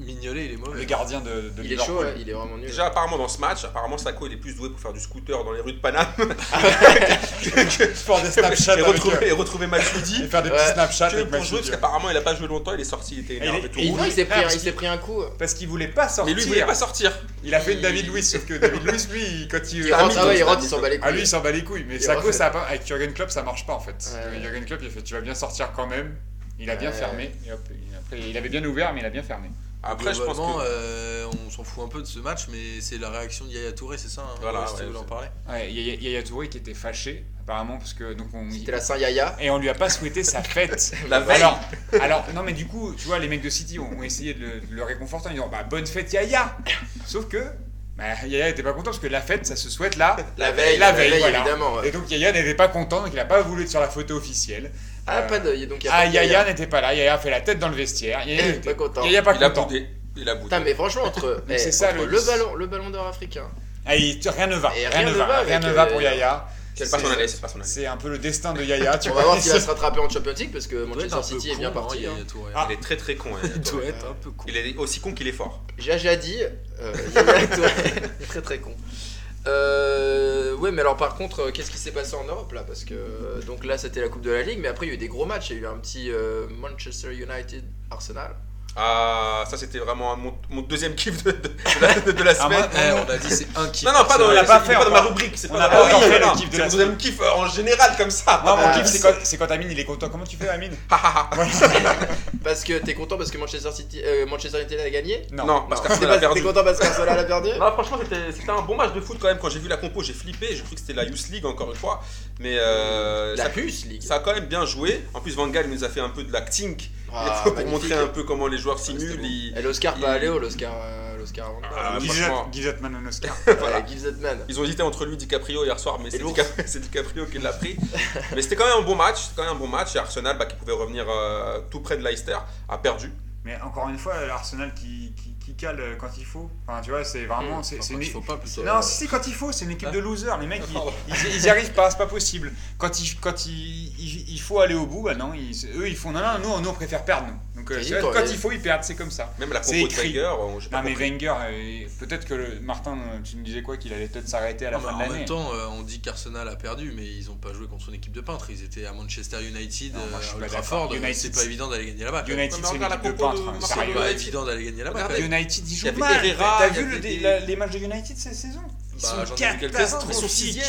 Mignolet, il est
le
mauvais.
gardien de, de
Il est
Liverpool
chaud, ouais, il est vraiment nul.
Déjà, apparemment, dans ce match, apparemment, Sako il est plus doué pour faire du scooter dans les rues de Paname
Fort des Snapchats
et
avec,
retrouver,
euh,
et retrouver Matuidi
et faire des
Ouais.
petits Snapchats
que
avec
pour jouer, parce
Matuidi.
qu'apparemment, il a pas joué longtemps, il est sorti, il était
Et il est-
énervé tout
et
le
Non,
monde.
il s'est pris,
Ah,
un-
parce
il s'est pris un coup. euh.
Parce qu'il voulait pas
Mais
sortir.
lui, il voulait pas sortir.
Il a fait une
Il-
David Luiz, sauf que David Luiz, lui, il- quand il.
Il rentre,
mis
ah ouais,
deux,
il rentre,
t'as
il s'en bat les
Ah lui, il
couilles.
s'en bat les couilles. Mais
Il
Sako,
refait.
ça a pas- avec Jurgen Klopp, ça marche pas en fait.
Ouais, ouais.
Jurgen Klopp, il a fait tu vas bien sortir quand même. Il a bien
Ouais.
fermé. Et hop, il- après, il avait bien ouvert, mais il a bien fermé.
Après, je pense
Globalement,
que.
euh, on s'en fout un peu de ce match, mais c'est la réaction de Yaya Touré, c'est ça hein,
Voilà,
Boris, tu
ouais,
voulais en
c'est-
parler
Ouais, Yaya Yaya Touré qui était fâché, apparemment, parce que. donc on-
C'était la Saint-Yaya.
Et on lui a pas souhaité sa fête.
La veille,
euh, Bah Alors, alors, non, mais du coup, tu vois, les mecs de City ont, ont essayé de le, de le réconforter en disant bah, Bonne fête, Yaya Sauf que bah, Yaya n'était pas content parce que la fête, ça se souhaite là.
La veille,
la veille, voilà. Euh.
évidemment. ouais.
Et donc, Yaya n'était pas content, donc il n'a pas voulu être sur la photo officielle.
Ah,
Euh,
pas de. Donc, il y a
Ah,
pas de Yaya. Eh, bah,
Yaya n'était pas là, Yaya a fait la tête dans le vestiaire. Yaya
Il est pas
n'était
content.
Yaya pas
il a
content.
boudé. Il a boudé.
Putain, mais franchement, entre, eh,
c'est ça,
entre
le-
le... ballon, le ballon d'or africain.
Ah, il- rien ne va,
Et
rien, ne va, rien
avec,
ne va
euh,
pour Yaya.
C'est pas son année, c'est pas son année.
C'est un peu le destin de Yaya, tu
On
vois.
va voir s'il va se rattraper en Champions League parce que
Il doit être un
Manchester
peu
City est
con,
bien
hein,
parti. hein.
Yaya Touré.
Ah.
Il est très très con. hein.
Il doit être un peu con.
Il est aussi con qu'il est fort.
Jaja dit, euh, Yaya Touré, très très con. Euh, ouais, mais alors par contre, euh, qu'est-ce qui s'est passé en Europe là Parce que euh, donc là, c'était la Coupe de la Ligue, mais après il y a eu des gros matchs. Il y a eu un petit euh, Manchester United Arsenal.
Ah, ça c'était vraiment mon, mon deuxième kiff de, de- de la, de la
Ah, moi,
semaine.
Eh, on a dit c'est un qui.
non, non, pas dans,
on
la,
l'a pas
c'est
fait
pas dans ma
encore.
rubrique. C'est
On
pas
l'a
dans
pas
ma
encore
rubrique.
fait le kiff de
C'est
la
mon deuxième kiff euh, en général comme ça.
Non, mon
Ah,
kiff, c'est quand, c'est quand Amine il est content. Comment tu fais, Amine
Parce que t'es content parce que Manchester City, euh, Manchester United a gagné
non, parce
Non.
qu'on
T'es
a
pas-
perdu.
T'es content parce qu'Arsenal a perdu
Non, franchement, c'était c'était un bon match de foot quand même. Quand j'ai vu la compo, j'ai flippé. J'ai cru que c'était la Youth League encore une fois. Mais euh,
La
ça,
puce League.
ça a quand même bien joué. En plus, Van Gaal nous a fait un peu de l'acting
Ah,
pour
magnifique.
montrer un peu comment les joueurs
c'était
simulent.
beau.
ils-
Et l'Oscar
Il-
pas allé au l'Oscar euh, l'Oscar avant.
Ah,
Give
franchement.
that- give that man an Oscar.
voilà, Give that man.
Ils ont hésité entre lui et DiCaprio hier soir, mais c'est
l'ours.
DiCaprio, c'est DiCaprio qui l'a pris. mais c'était quand même un bon match. C'était quand même un bon match. Et Arsenal, bah, qui pouvait revenir euh, tout près de Leicester, a perdu.
Mais encore une fois, l'Arsenal qui, qui, qui cale euh, quand il faut. Enfin, tu vois, c'est vraiment.
Mm.
Ah, c'est c'est
Enfin,
une...
il faut euh, Ah. pas plutôt.
Non, si, c'est quand il faut, c'est une équipe de losers. Les mecs, ils,
Pardon.
ils, ils y arrivent pas, c'est pas possible. Quand il, quand il, il, il faut aller au bout, bah non, ils- eux ils font non, non, nous, nous on préfère perdre. nous. Donc, euh,
C'est
tu vois,
libre,
quand
ouais.
il faut, ils perdent, c'est comme ça.
Même la
C'est
compo de
écrit.
Wenger, euh, j'ai pas
Non, mais
compris.
Wenger, euh, peut-être que le- Martin, euh, tu nous disais quoi Qu'il allait peut-être s'arrêter à la
Non, mais
fin de
en
l'année.
même temps, euh, on dit qu'Arsenal a perdu, mais ils ont pas joué contre une équipe de peintres. Ils étaient à Manchester United,
Non, moi, je suis
euh, à
pas
Old
d'accord.
Trafford.
United,
C'est pas
c'est-
évident d'aller gagner là-bas.
United,
Ouais, mais
c'est une
regarde la
équipe de
compo de
peintres. hein,
Marseille,
C'est
sérieux.
pas
United.
évident d'aller gagner là-bas. quand
Regardez,
même.
Ah, United, ils
Il y
jouent
avait
mal.
Herrera,
T'as
il y
vu le
avait
dé-
des-
la- les matchs de United cette saison Ils
Bah,
sont
j'en ai vu quelques-uns,
Ils sont
catastrophiques.
sixième.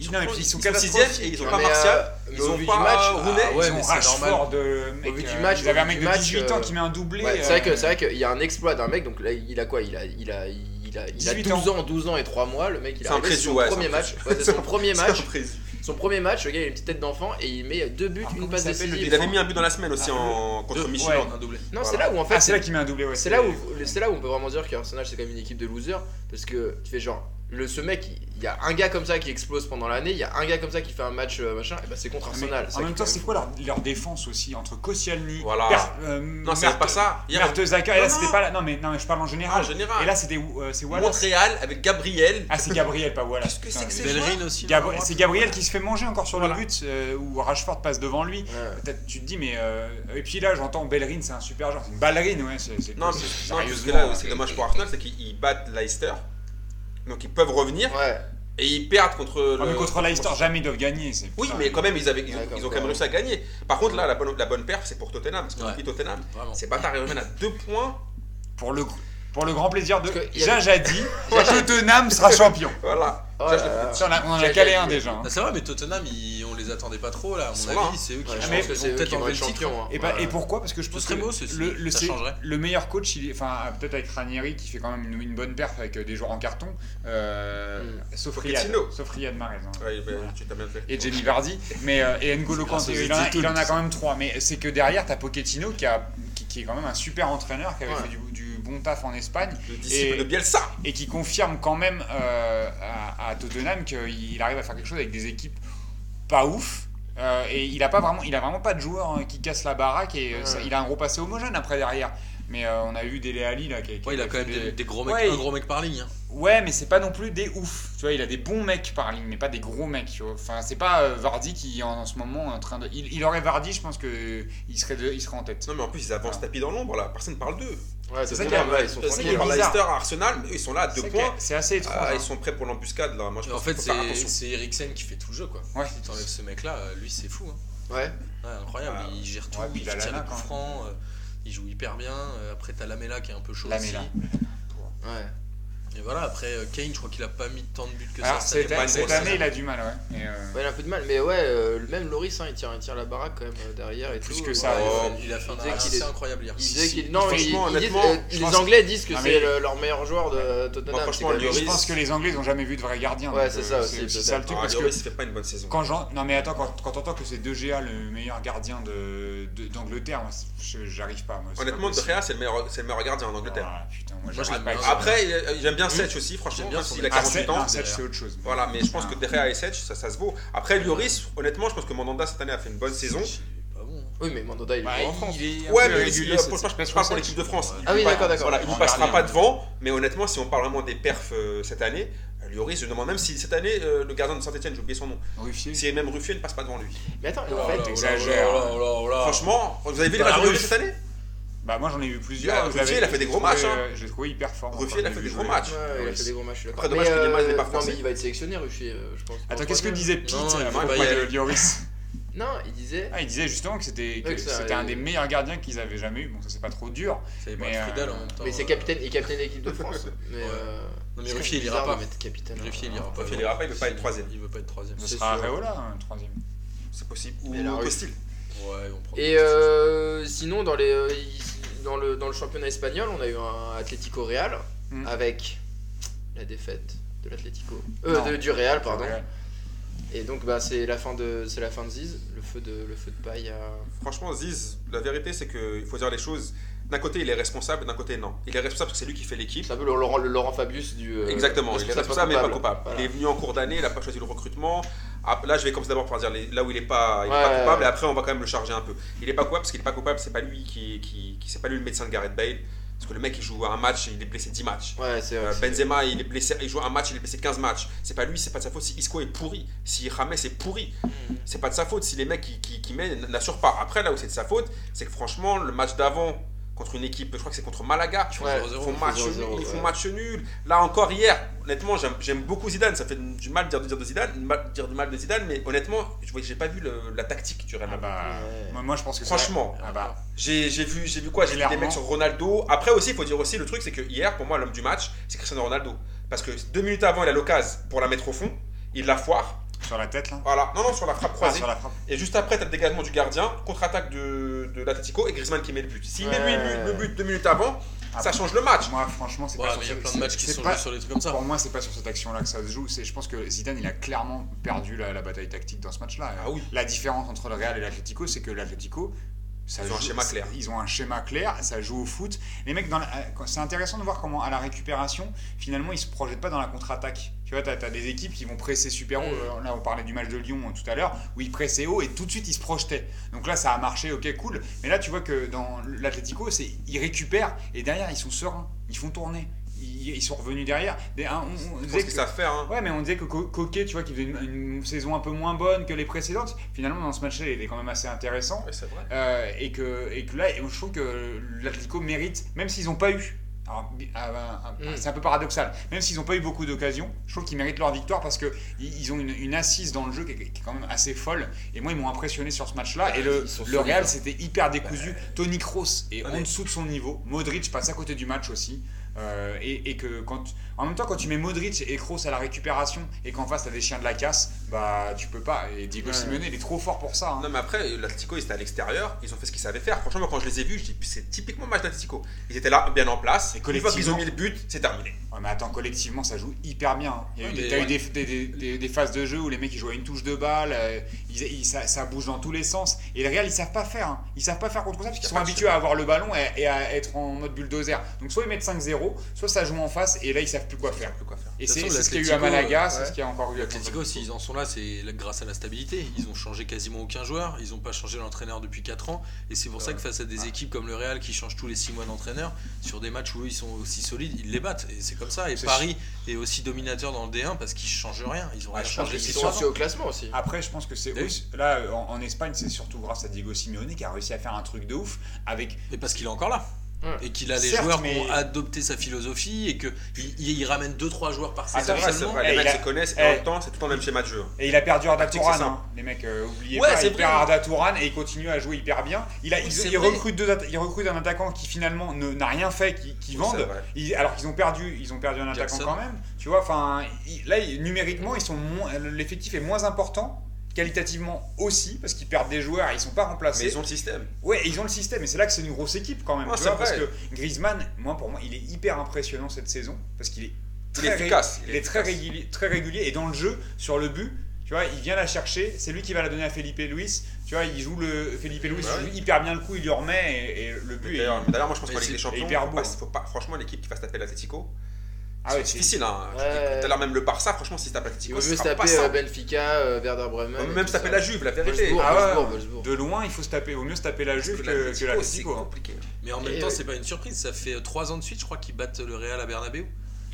Ils- Non, et puis ils sont
Ils sont sixième
catastrophiques.
et ils ont
Non,
pas
mais,
Martial.
euh, mais
Ils
au
ont
vu
pas
du match,
euh, Rooney.
ah ouais,
ils
mais
ont
c'est
Rashford, euh, mec,
Au vu du
euh,
match,
ils avaient
au
un
vu
mec
du
de
match,
18
euh,
ans qui met un doublé.
Ouais, c'est vrai que
euh,
c'est vrai qu'il y a un exploit d'un mec donc là il a quoi il a il a il a il a
18
12 ans 12 ans et 3 mois le mec il a
C'est un
arrivé, c'est
précieux,
son
ouais, c'est
premier
un
match
précieux.
Ouais, c'est son premier match
Surprise.
son premier match le gars il a une petite tête d'enfant et il met deux buts
Ah,
une
comment
passe
il s'appelle, le
décisive
Il avait mis un but dans la semaine aussi
Ah,
en contre
Deux-
Michelin.
ouais, un doublé.
non
Voilà.
c'est là où en fait
Ah, c'est là qu'il met un doublé, ouais.
c'est là où c'est là où on peut vraiment dire que Arsenal c'est quand même une équipe de losers parce que tu fais genre le, ce mec, il- il y a un gars comme ça qui explose pendant l'année, il y a un gars comme ça qui fait un match euh, machin, et bah c'est contre
Ah, Mais
Arsenal. ça
en même
qui
temps,
fait-
c'est quoi leur, leur défense aussi entre Koscielny, euh,
Voilà. Non, c'est pas ça. Hier,
Mertesacker, et là
Non,
c'était
non.
pas là. Non mais non mais je parle en
en
général. Et
général,
là c'était euh, c'est Wallace.
Montréal avec Gabriel.
Ah c'est Gabriel pas
Qu'est-ce
Wallace.
que
putain,
c'est que
mais-
ces
Ah, Bellerin aussi.
Gabri-
là,
c'est
droite.
Gabriel qui se fait manger encore sur
Voilà.
le but euh, où Rashford passe devant lui.
Ouais.
Peut-être tu te dis mais euh, et puis là j'entends Bellerin c'est un super genre c'est une ballerine ouais c'est c'est-
Non, mais
c'est-
non, parce que
sérieusement hein.
là,
ouais.
c'est dommage pour Arsenal, c'est qu'ils ils battent Leicester. Donc ils peuvent revenir
Ouais.
et ils perdent contre.
Non, Ah, mais
le-
contre Leicester jamais ils doivent gagner c'est
Oui,
putain.
mais quand même, ils, avaient, ils, ont,
Ouais, quand
ils ont quand
euh,
même.
même réussi à gagner. Par contre, là, la bonne, la bonne perf, c'est pour Tottenham. Parce qu'on
Ouais.
oublie Tottenham,
Vraiment.
c'est Bâtard et Roman à deux points.
pour le pour le grand plaisir de
Parce que il y a-
Jaja dit Tottenham sera champion.
Voilà.
Oh
Ça,
là
je le-
là.
Ça, on a- on en a
Jaja
calé
dit,
un
ouais.
déjà. hein.
Ah, c'est vrai, mais Tottenham, ils- on les attendait pas trop là. À
Ils
mon
sont
avis,
là, hein.
c'est eux qui
Ouais, je
vont-
mais
pense que
ils
c'est eux qui
vont Ah, peut-être
vont
enlever
être
le titre.
champions. hein.
Et, bah,
Ouais.
et pourquoi Parce que je
Ce
pense que
serait beau, ceci,
le, le-
ça
c'est-
changerait.
le meilleur coach, il est- enfin peut-être avec Ranieri qui fait quand même une, une bonne perf avec euh, des joueurs en carton, euh,
Hmm.
sauf Riyad,
Pochettino.
sauf Riyad Mahrez hein.
Ouais, ben,
Voilà.
tu t'as bien fait.
et Jamie Vardy, mais euh, et N'Golo
grâce
Kanté,
aux
il, en a-
études,
il en a
tout
quand même trois. Mais c'est que derrière t'as Pochettino qui a qui, qui est quand même un super entraîneur qui avait
Ouais.
fait du, du bon taf en Espagne
Le disciple
Et-
de Bielsa.
et qui confirme quand même euh, à, à Tottenham qu'il arrive à faire quelque chose avec des équipes pas ouf. Euh, et il a pas vraiment, il a vraiment pas de joueurs hein, qui cassent la baraque et euh,
Ouais.
ça- il a un gros passé homogène après derrière. Mais euh, on a eu Dele Ali là qui, qui
Ouais, il a
qui
quand même
fait
des, des gros mecs,
Ouais,
un
il-
gros mec par ligne. hein.
Ouais, mais c'est pas non plus des ouf. Tu vois, il a des bons mecs par ligne, mais pas des gros mecs. tu vois. Enfin, c'est pas euh, Vardy qui est en, en ce moment en train de. Il, il aurait Vardy, je pense que euh, il serait, de- il serait en tête.
Non, mais en plus, ils avancent tapis dans l'ombre là. Personne ne parle d'eux.
Ouais,
c'est ça
Tottenham,
qui a-
ouais, ils sont
C'est ça
tranquilles.
qui
bizarre.
parle à Leicester, à Arsenal, mais eux, ils sont là à
C'est
deux
que-
points.
C'est assez étrange.
Ah,
hein.
ils sont prêts pour l'embuscade là. Moi, je
Et En
pense
fait,
qu'il faut faire
c'est
attention.
c'est Eriksen qui fait tout le jeu quoi.
Ouais.
Si t'enlèves ce mec là, lui c'est fou. hein.
Ouais.
Ouais, incroyable,
Ah,
il gère tout,
ouais, puis
il
il a la
tire les
nappe,
coups
hein.
francs, euh, il joue hyper bien. Euh, Après t'as Lamela qui est un peu chaud
Lamela.
aussi.
Ouais.
Et voilà, après euh, Kane, je crois qu'il a pas mis tant de buts que
Alors,
ça.
cette,
année.
pas une
cette
grosse
année, il a du mal, ouais. Et, euh,
Ouais, il a un peu de mal, mais ouais, euh, même Loris, hein, il, tire, il tire la baraque quand même euh, derrière et
Plus
tout.
que
Ouais,
ça,
il-
ouais.
Il a fait un
Oh. Il disait
match
qu'il est-
assez incroyable hier.
Il disait
Si,
qu'il. Non, il-
franchement,
il- il-
honnêtement,
euh,
je
les
pense-
Anglais disent que
Non,
c'est
mais-
le- leur meilleur joueur de Tottenham.
Moi, franchement,
c'est quand même-
Lloris-
Je pense que les Anglais ils ont jamais vu de vrai gardien.
Ouais,
donc,
c'est
euh,
ça aussi,
C'est
peut-être.
ça le truc.
Ah,
parce que
Lloris, il fait pas une bonne saison.
quand j'en- non mais attends, quand, quand t'entends que c'est De Gea le meilleur gardien de de- d'Angleterre, moi, c'est- je- j'arrive pas. Moi, c'est
Honnêtement, De
pas possible.
Gea, c'est le meilleur, c'est le meilleur gardien en Angleterre.
Ah, putain, moi,
je
j'arrive
l'aime
pas.
bien.
à-
Après, euh, j'aime bien
Mmh.
Setch aussi, franchement,
J'aime bien
même
son
s'il a
Ah,
48
Seth-
ans.
non, Seth, c'est autre chose.
Voilà, mais je pense que
Ah.
Derrea et Setch, ça, ça se vaut. Après, Lloris, honnêtement, je pense que Mandanda cette année a fait une bonne saison.
Pas bon. hein.
Oui, mais Mandanda, il est
Bah,
bon en France.
il est un
Ouais,
peu
mais
irrégulier,
il-
cette-
pour-
cette
je
passe
parle pour
Seth.
l'équipe de France.
Ouais.
Il
Ah oui,
nous
d'accord, d'accord.
Voilà, il
En
ne passera
gardien.
pas devant, mais honnêtement, si on parle vraiment des perfs euh, cette année, euh, Lloris, je me demande même si cette année, euh, le gardien de Saint-Etienne, j'ai oublié son nom,
Ruffier.
si même Ruffier ne passe pas devant lui.
Mais attends,
Oh
en
là
fait,
là,
t'exagères.
oh là là, oh là là.
Franchement, vous avez vu les
Bah,
matchs de Ruffier
Ruff.
cette année
Bah moi j'en ai vu plusieurs.
Ah,
je
Ruffier,
l'avais-
il a fait des gros
je l'ai
matchs, hein.
trouvé- Je l'ai trouvé hyper fort. moi,
Ruffier, il
quand
a
je
fait
l'ai
des
vu
gros
jouer.
matchs.
Ouais, il a
Lloris.
fait des gros matchs, je suis
Après,
d'accord.
dommage que
euh,
Neymar n'est pas
non,
français.
mais il va être sélectionné, Ruffier, euh, je pense. pour
Attends,
le
qu'est-ce que
troisième.
disait Pete
Non,
à
il faut
propos
pas y
de
aller.
Lloris
Non, il disait.
Ah, il disait justement que c'était que
Ouais, que ça,
c'était un
euh,
des meilleurs gardiens qu'ils avaient jamais eu. Bon, ça c'est pas trop dur.
C'est
Mais,
pas Friedel
euh,
en même temps.
Mais c'est
euh,
capitaine et capitaine de l'équipe de France. Mais
Ouais.
euh,
Non,
c'est
mais Ruffier, il ira
bizarre de
pas.
mettre capitaine.
Ruffier, il
alors.
ira pas.
Ruffier, il ira pas, il veut pas être troisième.
Il veut pas être troisième.
Ce
C'est
sera
sûr.
Areola, hein, le troisième.
C'est possible. Ou
Mais la Ruff.
Costil.
Ouais, on prend.
Et euh, sinon, dans, les, euh, ici- dans, le, dans le championnat espagnol, on a eu un Atlético Real
Hmm.
Mm.
avec la défaite de l'Atlético. Euh,
Non.
de- du Real, pardon.
Ouais.
Et donc, bah, c'est la fin de c'est la fin de Ziz, le feu de, le feu de paille. à-
Franchement, Ziz, la vérité, c'est qu'il faut dire les choses. D'un côté, il est responsable, d'un côté, non. Il est responsable parce que c'est lui qui fait l'équipe.
C'est un peu le Laurent, le Laurent Fabius du. euh,
Exactement, il est
responsable
responsable mais pas coupable.
Voilà.
Il est venu en cours d'année, il n'a pas choisi le recrutement. Ah, Là, je vais commencer d'abord par dire les- là où il n'est pas, il est
Ouais,
pas
ouais,
coupable,
ouais.
et après, on va quand même le charger un peu. Il n'est pas coupable parce qu'il n'est pas coupable, c'est pas lui qui, qui, qui- c'est pas lui le médecin de Gareth Bale. Parce que le mec, il joue un match, il est blessé 10 matchs.
Ouais, c'est
Euh,
vrai. c'est-
Benzema, il est blessé, il joue un match, il est blessé 15 matchs. C'est pas lui, c'est pas de sa faute si Isco est pourri, si Rames est pourri.
Mm.
C'est pas de sa faute si les mecs qui, qui, qui mènent n'assurent pas. Après, là où c'est de sa faute, c'est que franchement, le match d'avant contre une équipe, je crois que c'est contre Malaga,
Ils font
Ouais,
0-0,
ils font match,
font 0-0,
nul, ils font
ouais.
match nul. Là encore, hier, honnêtement, j'aime- j'aime beaucoup Zidane. Ça fait du mal de dire, de dire de Zidane, du mal- dire du mal de Zidane, mais honnêtement, je vois- j'ai pas vu le- la tactique du Real
Ah
Madrid.
bah,
Ouais.
moi, moi, je pense que ça-
Franchement,
Ah bah,
j'ai j'ai vu, j'ai vu quoi J'ai vu des
Clairement.
mecs sur Ronaldo. Après aussi, il faut dire aussi, le truc, c'est que hier, pour moi, l'homme du match, c'est Cristiano Ronaldo. Parce que deux minutes avant, il a l'occasion pour la mettre au fond. Il la foire.
sur la tête là.
Voilà. Non, non, sur la frappe
Ah,
croisée.
sur la frappe.
Et juste après, t'as le dégagement du gardien, contre-attaque de, de l'Atletico et Griezmann qui met le but. S'il met
Ouais.
lui le but- le but deux minutes avant,
Ah,
ça change le match.
Moi, franchement, c'est
Ouais,
pas
mais il y
sur
a
ce-
plein de matchs qui
c'est
sont
pas-
joués sur des trucs comme ça.
Pour moi, c'est pas sur cette action-là que ça se joue. C'est, je pense que Zidane, il a clairement perdu la, la bataille tactique dans ce match-là.
Ah oui.
La différence entre le Real et l'Atlético, c'est que l'Atlético, ça
Ils ont un
joue-
schéma clair.
Ils ont un schéma clair. Ça joue au foot. Les mecs, dans la- euh, c'est intéressant de voir comment à la récupération, finalement, ils se projettent pas dans la contre-attaque. Tu vois, t'as as des équipes qui vont presser super haut.
Mm.
Là, on parlait du match de Lyon euh, tout à l'heure, où ils pressaient haut et tout de suite ils se projetaient. Donc là, ça a marché, ok, cool. Mais là, tu vois que dans l'Atlético, c'est ils récupèrent et derrière ils sont sereins, ils font tourner, ils, ils sont revenus derrière. Des- un- on- on
Je
disait
pense que
que-
ça fait, hein.
Ouais, mais on disait que Co- Coquet, tu vois, qui faisait une, une saison un peu moins bonne que les précédentes, finalement dans ce match-là, il est quand même assez intéressant.
Ouais, c'est vrai.
Euh, et, que, et que là, et je trouve que l'Atlético mérite, même s'ils n'ont pas eu. alors, bi- ah, ah, ah,
Mm.
C'est un peu paradoxal. Même s'ils n'ont pas eu beaucoup d'occasions, je trouve qu'ils méritent leur victoire parce que ils ils ont une, une assise dans le jeu qui est, qui est quand même assez folle. Et moi, ils m'ont impressionné sur ce match-là. Ah, Et le,
Ils sont
le
solides,
Real,
hein.
c'était hyper décousu. Tony Kroos est
Ouais.
en dessous de son niveau. Modric passe à côté du match aussi. Euh, et, et que quand, en même temps, quand tu mets Modric et Kroos à la récupération et qu'en face t'as des chiens de la casse, bah tu peux pas. Et Diego
Ouais.
Simeone, il est trop fort pour ça. hein.
Non mais après, l'Atlético, ils étaient à l'extérieur, ils ont fait ce qu'ils savaient faire. Franchement, moi, quand je les ai vus, je dis, c'est typiquement le match d'Atlético. Ils étaient là, bien en place.
Et
Une fois qu'ils ont
collectivement-
mis le but, c'est terminé.
Ouais, Ah, mais attends, collectivement, ça joue hyper bien. hein. Il y a eu
Ouais,
des-
mais-
T'as eu des, des- des- des- des phases de jeu où les mecs ils jouent à une touche de balle, euh, ils- ils- ça, ça bouge dans tous les sens. Et le Real, ils savent pas faire. hein. Ils savent pas faire contre ça parce qu'ils
Y a
sont
pas de
habitués à avoir le ballon et, et à être en mode bulldozer. Donc soit ils mettent 5-0, soit ça joue en face et là ils savent plus quoi faire.
Je sais plus quoi faire.
Et
De toute
c'est
façon,
c'est ce qu'il y a eu à
l'Atlético,
Malaga,
euh,
c'est
ouais.
ce qu'il y a encore eu à
L'Atlético, s'ils en sont là, c'est la- grâce à la stabilité. Ils ont changé quasiment aucun joueur. Ils n'ont pas changé l'entraîneur depuis 4 ans. Et c'est pour ça que face à des équipes comme le Real qui changent tous les 6 mois d'entraîneur, sur des matchs où eux, ils sont aussi solides, ils les battent. Et c'est comme ça. Et
C'est
Paris est aussi dominateur dans le D1 parce qu'ils changent rien. Ils ont
Ouais,
rien
je pense
changé.
qu'ils
Ils
depuis
sont
sont
trois
aussi
ans.
au classement aussi.
Ah,
Après, je pense que c'est
Oui.
aussi- là euh, en, en Espagne, c'est surtout grâce à Diego Simeone qui a réussi à faire un truc de ouf avec
Et parce qu'il est encore là.
Ouais.
Et qu'il a les
Certes,
joueurs qui
mais-
ont adopté sa philosophie et qu'il il, il ramène 2-3 joueurs par
C'est
saison.
Attends,
vrai, c'est
seulement.
vrai.
Eh,
Les
il
mecs
a-
se connaissent et en
eh.
même temps, c'est tout le temps le même schéma de jeu.
Et il a perdu Arda
Tactique,
Touran,
c'est ça.
hein. les mecs, euh, oubliez
Ouais,
pas,
c'est
il perd
vrai.
Arda Touran et il continue à jouer hyper bien. Il, a,
Oui,
ils-
c'est
il
vrai.
recrute deux atta- il recrute un attaquant qui finalement ne- n'a rien fait, qui, qui
C'est
vende,
vrai.
Il- alors qu'ils ont perdu, ils ont perdu un attaquant
Jackson.
quand même. Tu vois, enfin, il- là il- numériquement, ils sont moins- l'effectif est moins important, qualitativement aussi, parce qu'ils perdent des joueurs, et ils sont pas
Mais
remplacés.
ils ont le système.
Ouais, et ils ont le système, et c'est là que c'est une grosse équipe quand même.
Ouais,
tu
Ah, c'est
vois, parce
vrai.
que Griezmann, moi pour moi, il est hyper impressionnant cette saison, parce qu'il est
Il est
très ré-
efficace.
il est très
efficace.
régulier, très régulier et dans le jeu, sur le but, tu vois, il vient la chercher, c'est lui qui va la donner à Felipe Luis. Tu vois, il joue le Felipe Luis
Ouais.
joue hyper bien le coup, il lui remet et, et le but. est-
D'ailleurs, d'ailleurs, moi je pense
Mais
qu'en Ligue
c'est
des Champions,
hyper
faut
beau,
pas-
hein.
faut pas- franchement, l'équipe qui va se taper l'Atletico,
Ah ouais,
c'est
c'est-
difficile. Hein. Je
Ouais.
te dis, Tout à l'heure, même le Barça, franchement, si se
Il
tape l'Atletico,
vaut
ce
mieux se
sera pas
taper
ça.
euh, Benfica, euh, Werder Bremen.
On peut
et
même
tout
se taper
ça.
la Juve, la vérité.
Wolfsburg,
Ah ouais.
Wolfsburg, Wolfsburg.
de loin, il faut se taper, au mieux se taper la Juve
Parce que
que, que
l'Atlético, c'est
l'Atlético. hein.
compliqué.
Mais en même
Et
temps,
ouais.
c'est pas une surprise. Ça fait 3 ans de suite, je crois, qu'ils battent le Real à Bernabeu.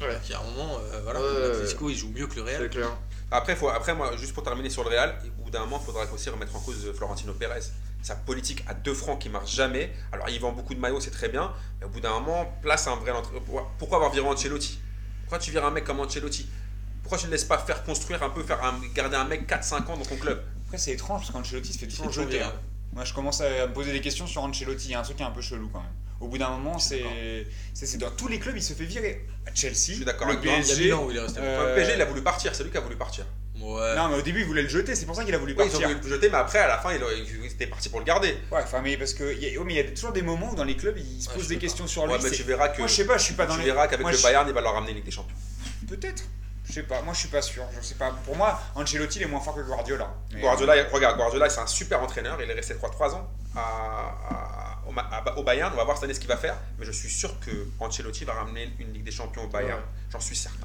Ouais.
Il y a un moment, euh, voilà,
Ouais, ouais,
l'Atlético, il joue mieux que le Real.
C'est clair.
Après, faut, après moi, juste pour terminer sur le Real, au bout d'un moment, il faudra aussi remettre en cause euh, Florentino Pérez. Sa politique à deux francs qui marche jamais. Alors, il vend beaucoup de maillots, c'est très bien. Mais au bout d'un moment, place un vrai. entre- Pourquoi pourquoi avoir viré Ancelotti Pourquoi tu vires un mec comme Ancelotti Pourquoi tu ne laisses pas faire construire un peu, faire un- garder un mec 4-5 ans dans ton club
Après, c'est étrange parce qu'Ancelotti se fait toujours
fait toujours
jeter.
bien.
hein. Moi, je commence à me poser des questions sur Ancelotti. Il y a un truc qui est un peu chelou quand même. Au bout d'un moment, c'est c'est- c'est dans tous les clubs, il se fait virer. À Chelsea,
suis d'accord
le
avec toi.
hein. Il y a
PSG.
Milan où il est resté.
Enfin,
euh,
Le PSG, il a voulu partir, c'est lui qui a voulu partir.
Ouais.
Non, mais au début, il voulait le jeter, c'est pour ça qu'il a voulu
Ouais, ils
partir.
hein.
ont voulu le jeter, mais après, à la fin, il, il était parti pour le garder.
Ouais, enfin, mais parce que. il y a- ouais, mais il y a toujours des moments où dans les clubs, ils se
Ouais,
posent
je
des
peux
questions sur lui.
Ouais, mais
c'est-
tu verras que.
Moi, je sais pas, je suis pas dans
tu
les.
verras qu'avec
Moi,
le
je-
Bayern, il va leur ramener Ligue des Champions.
Peut-être. Je sais pas, moi, je suis pas sûr. Je sais pas. Pour moi, Ancelotti, il est moins fort que Guardiola. Mais-
Guardiola, regarde, Guardiola, c'est un super entraîneur. Il est resté 3-3 ans à- à- au, Ma- à- au Bayern. On va voir cette année ce qu'il va faire. Mais je suis sûr que Ancelotti va ramener une Ligue des Champions au Bayern.
Ouais.
J'en suis certain.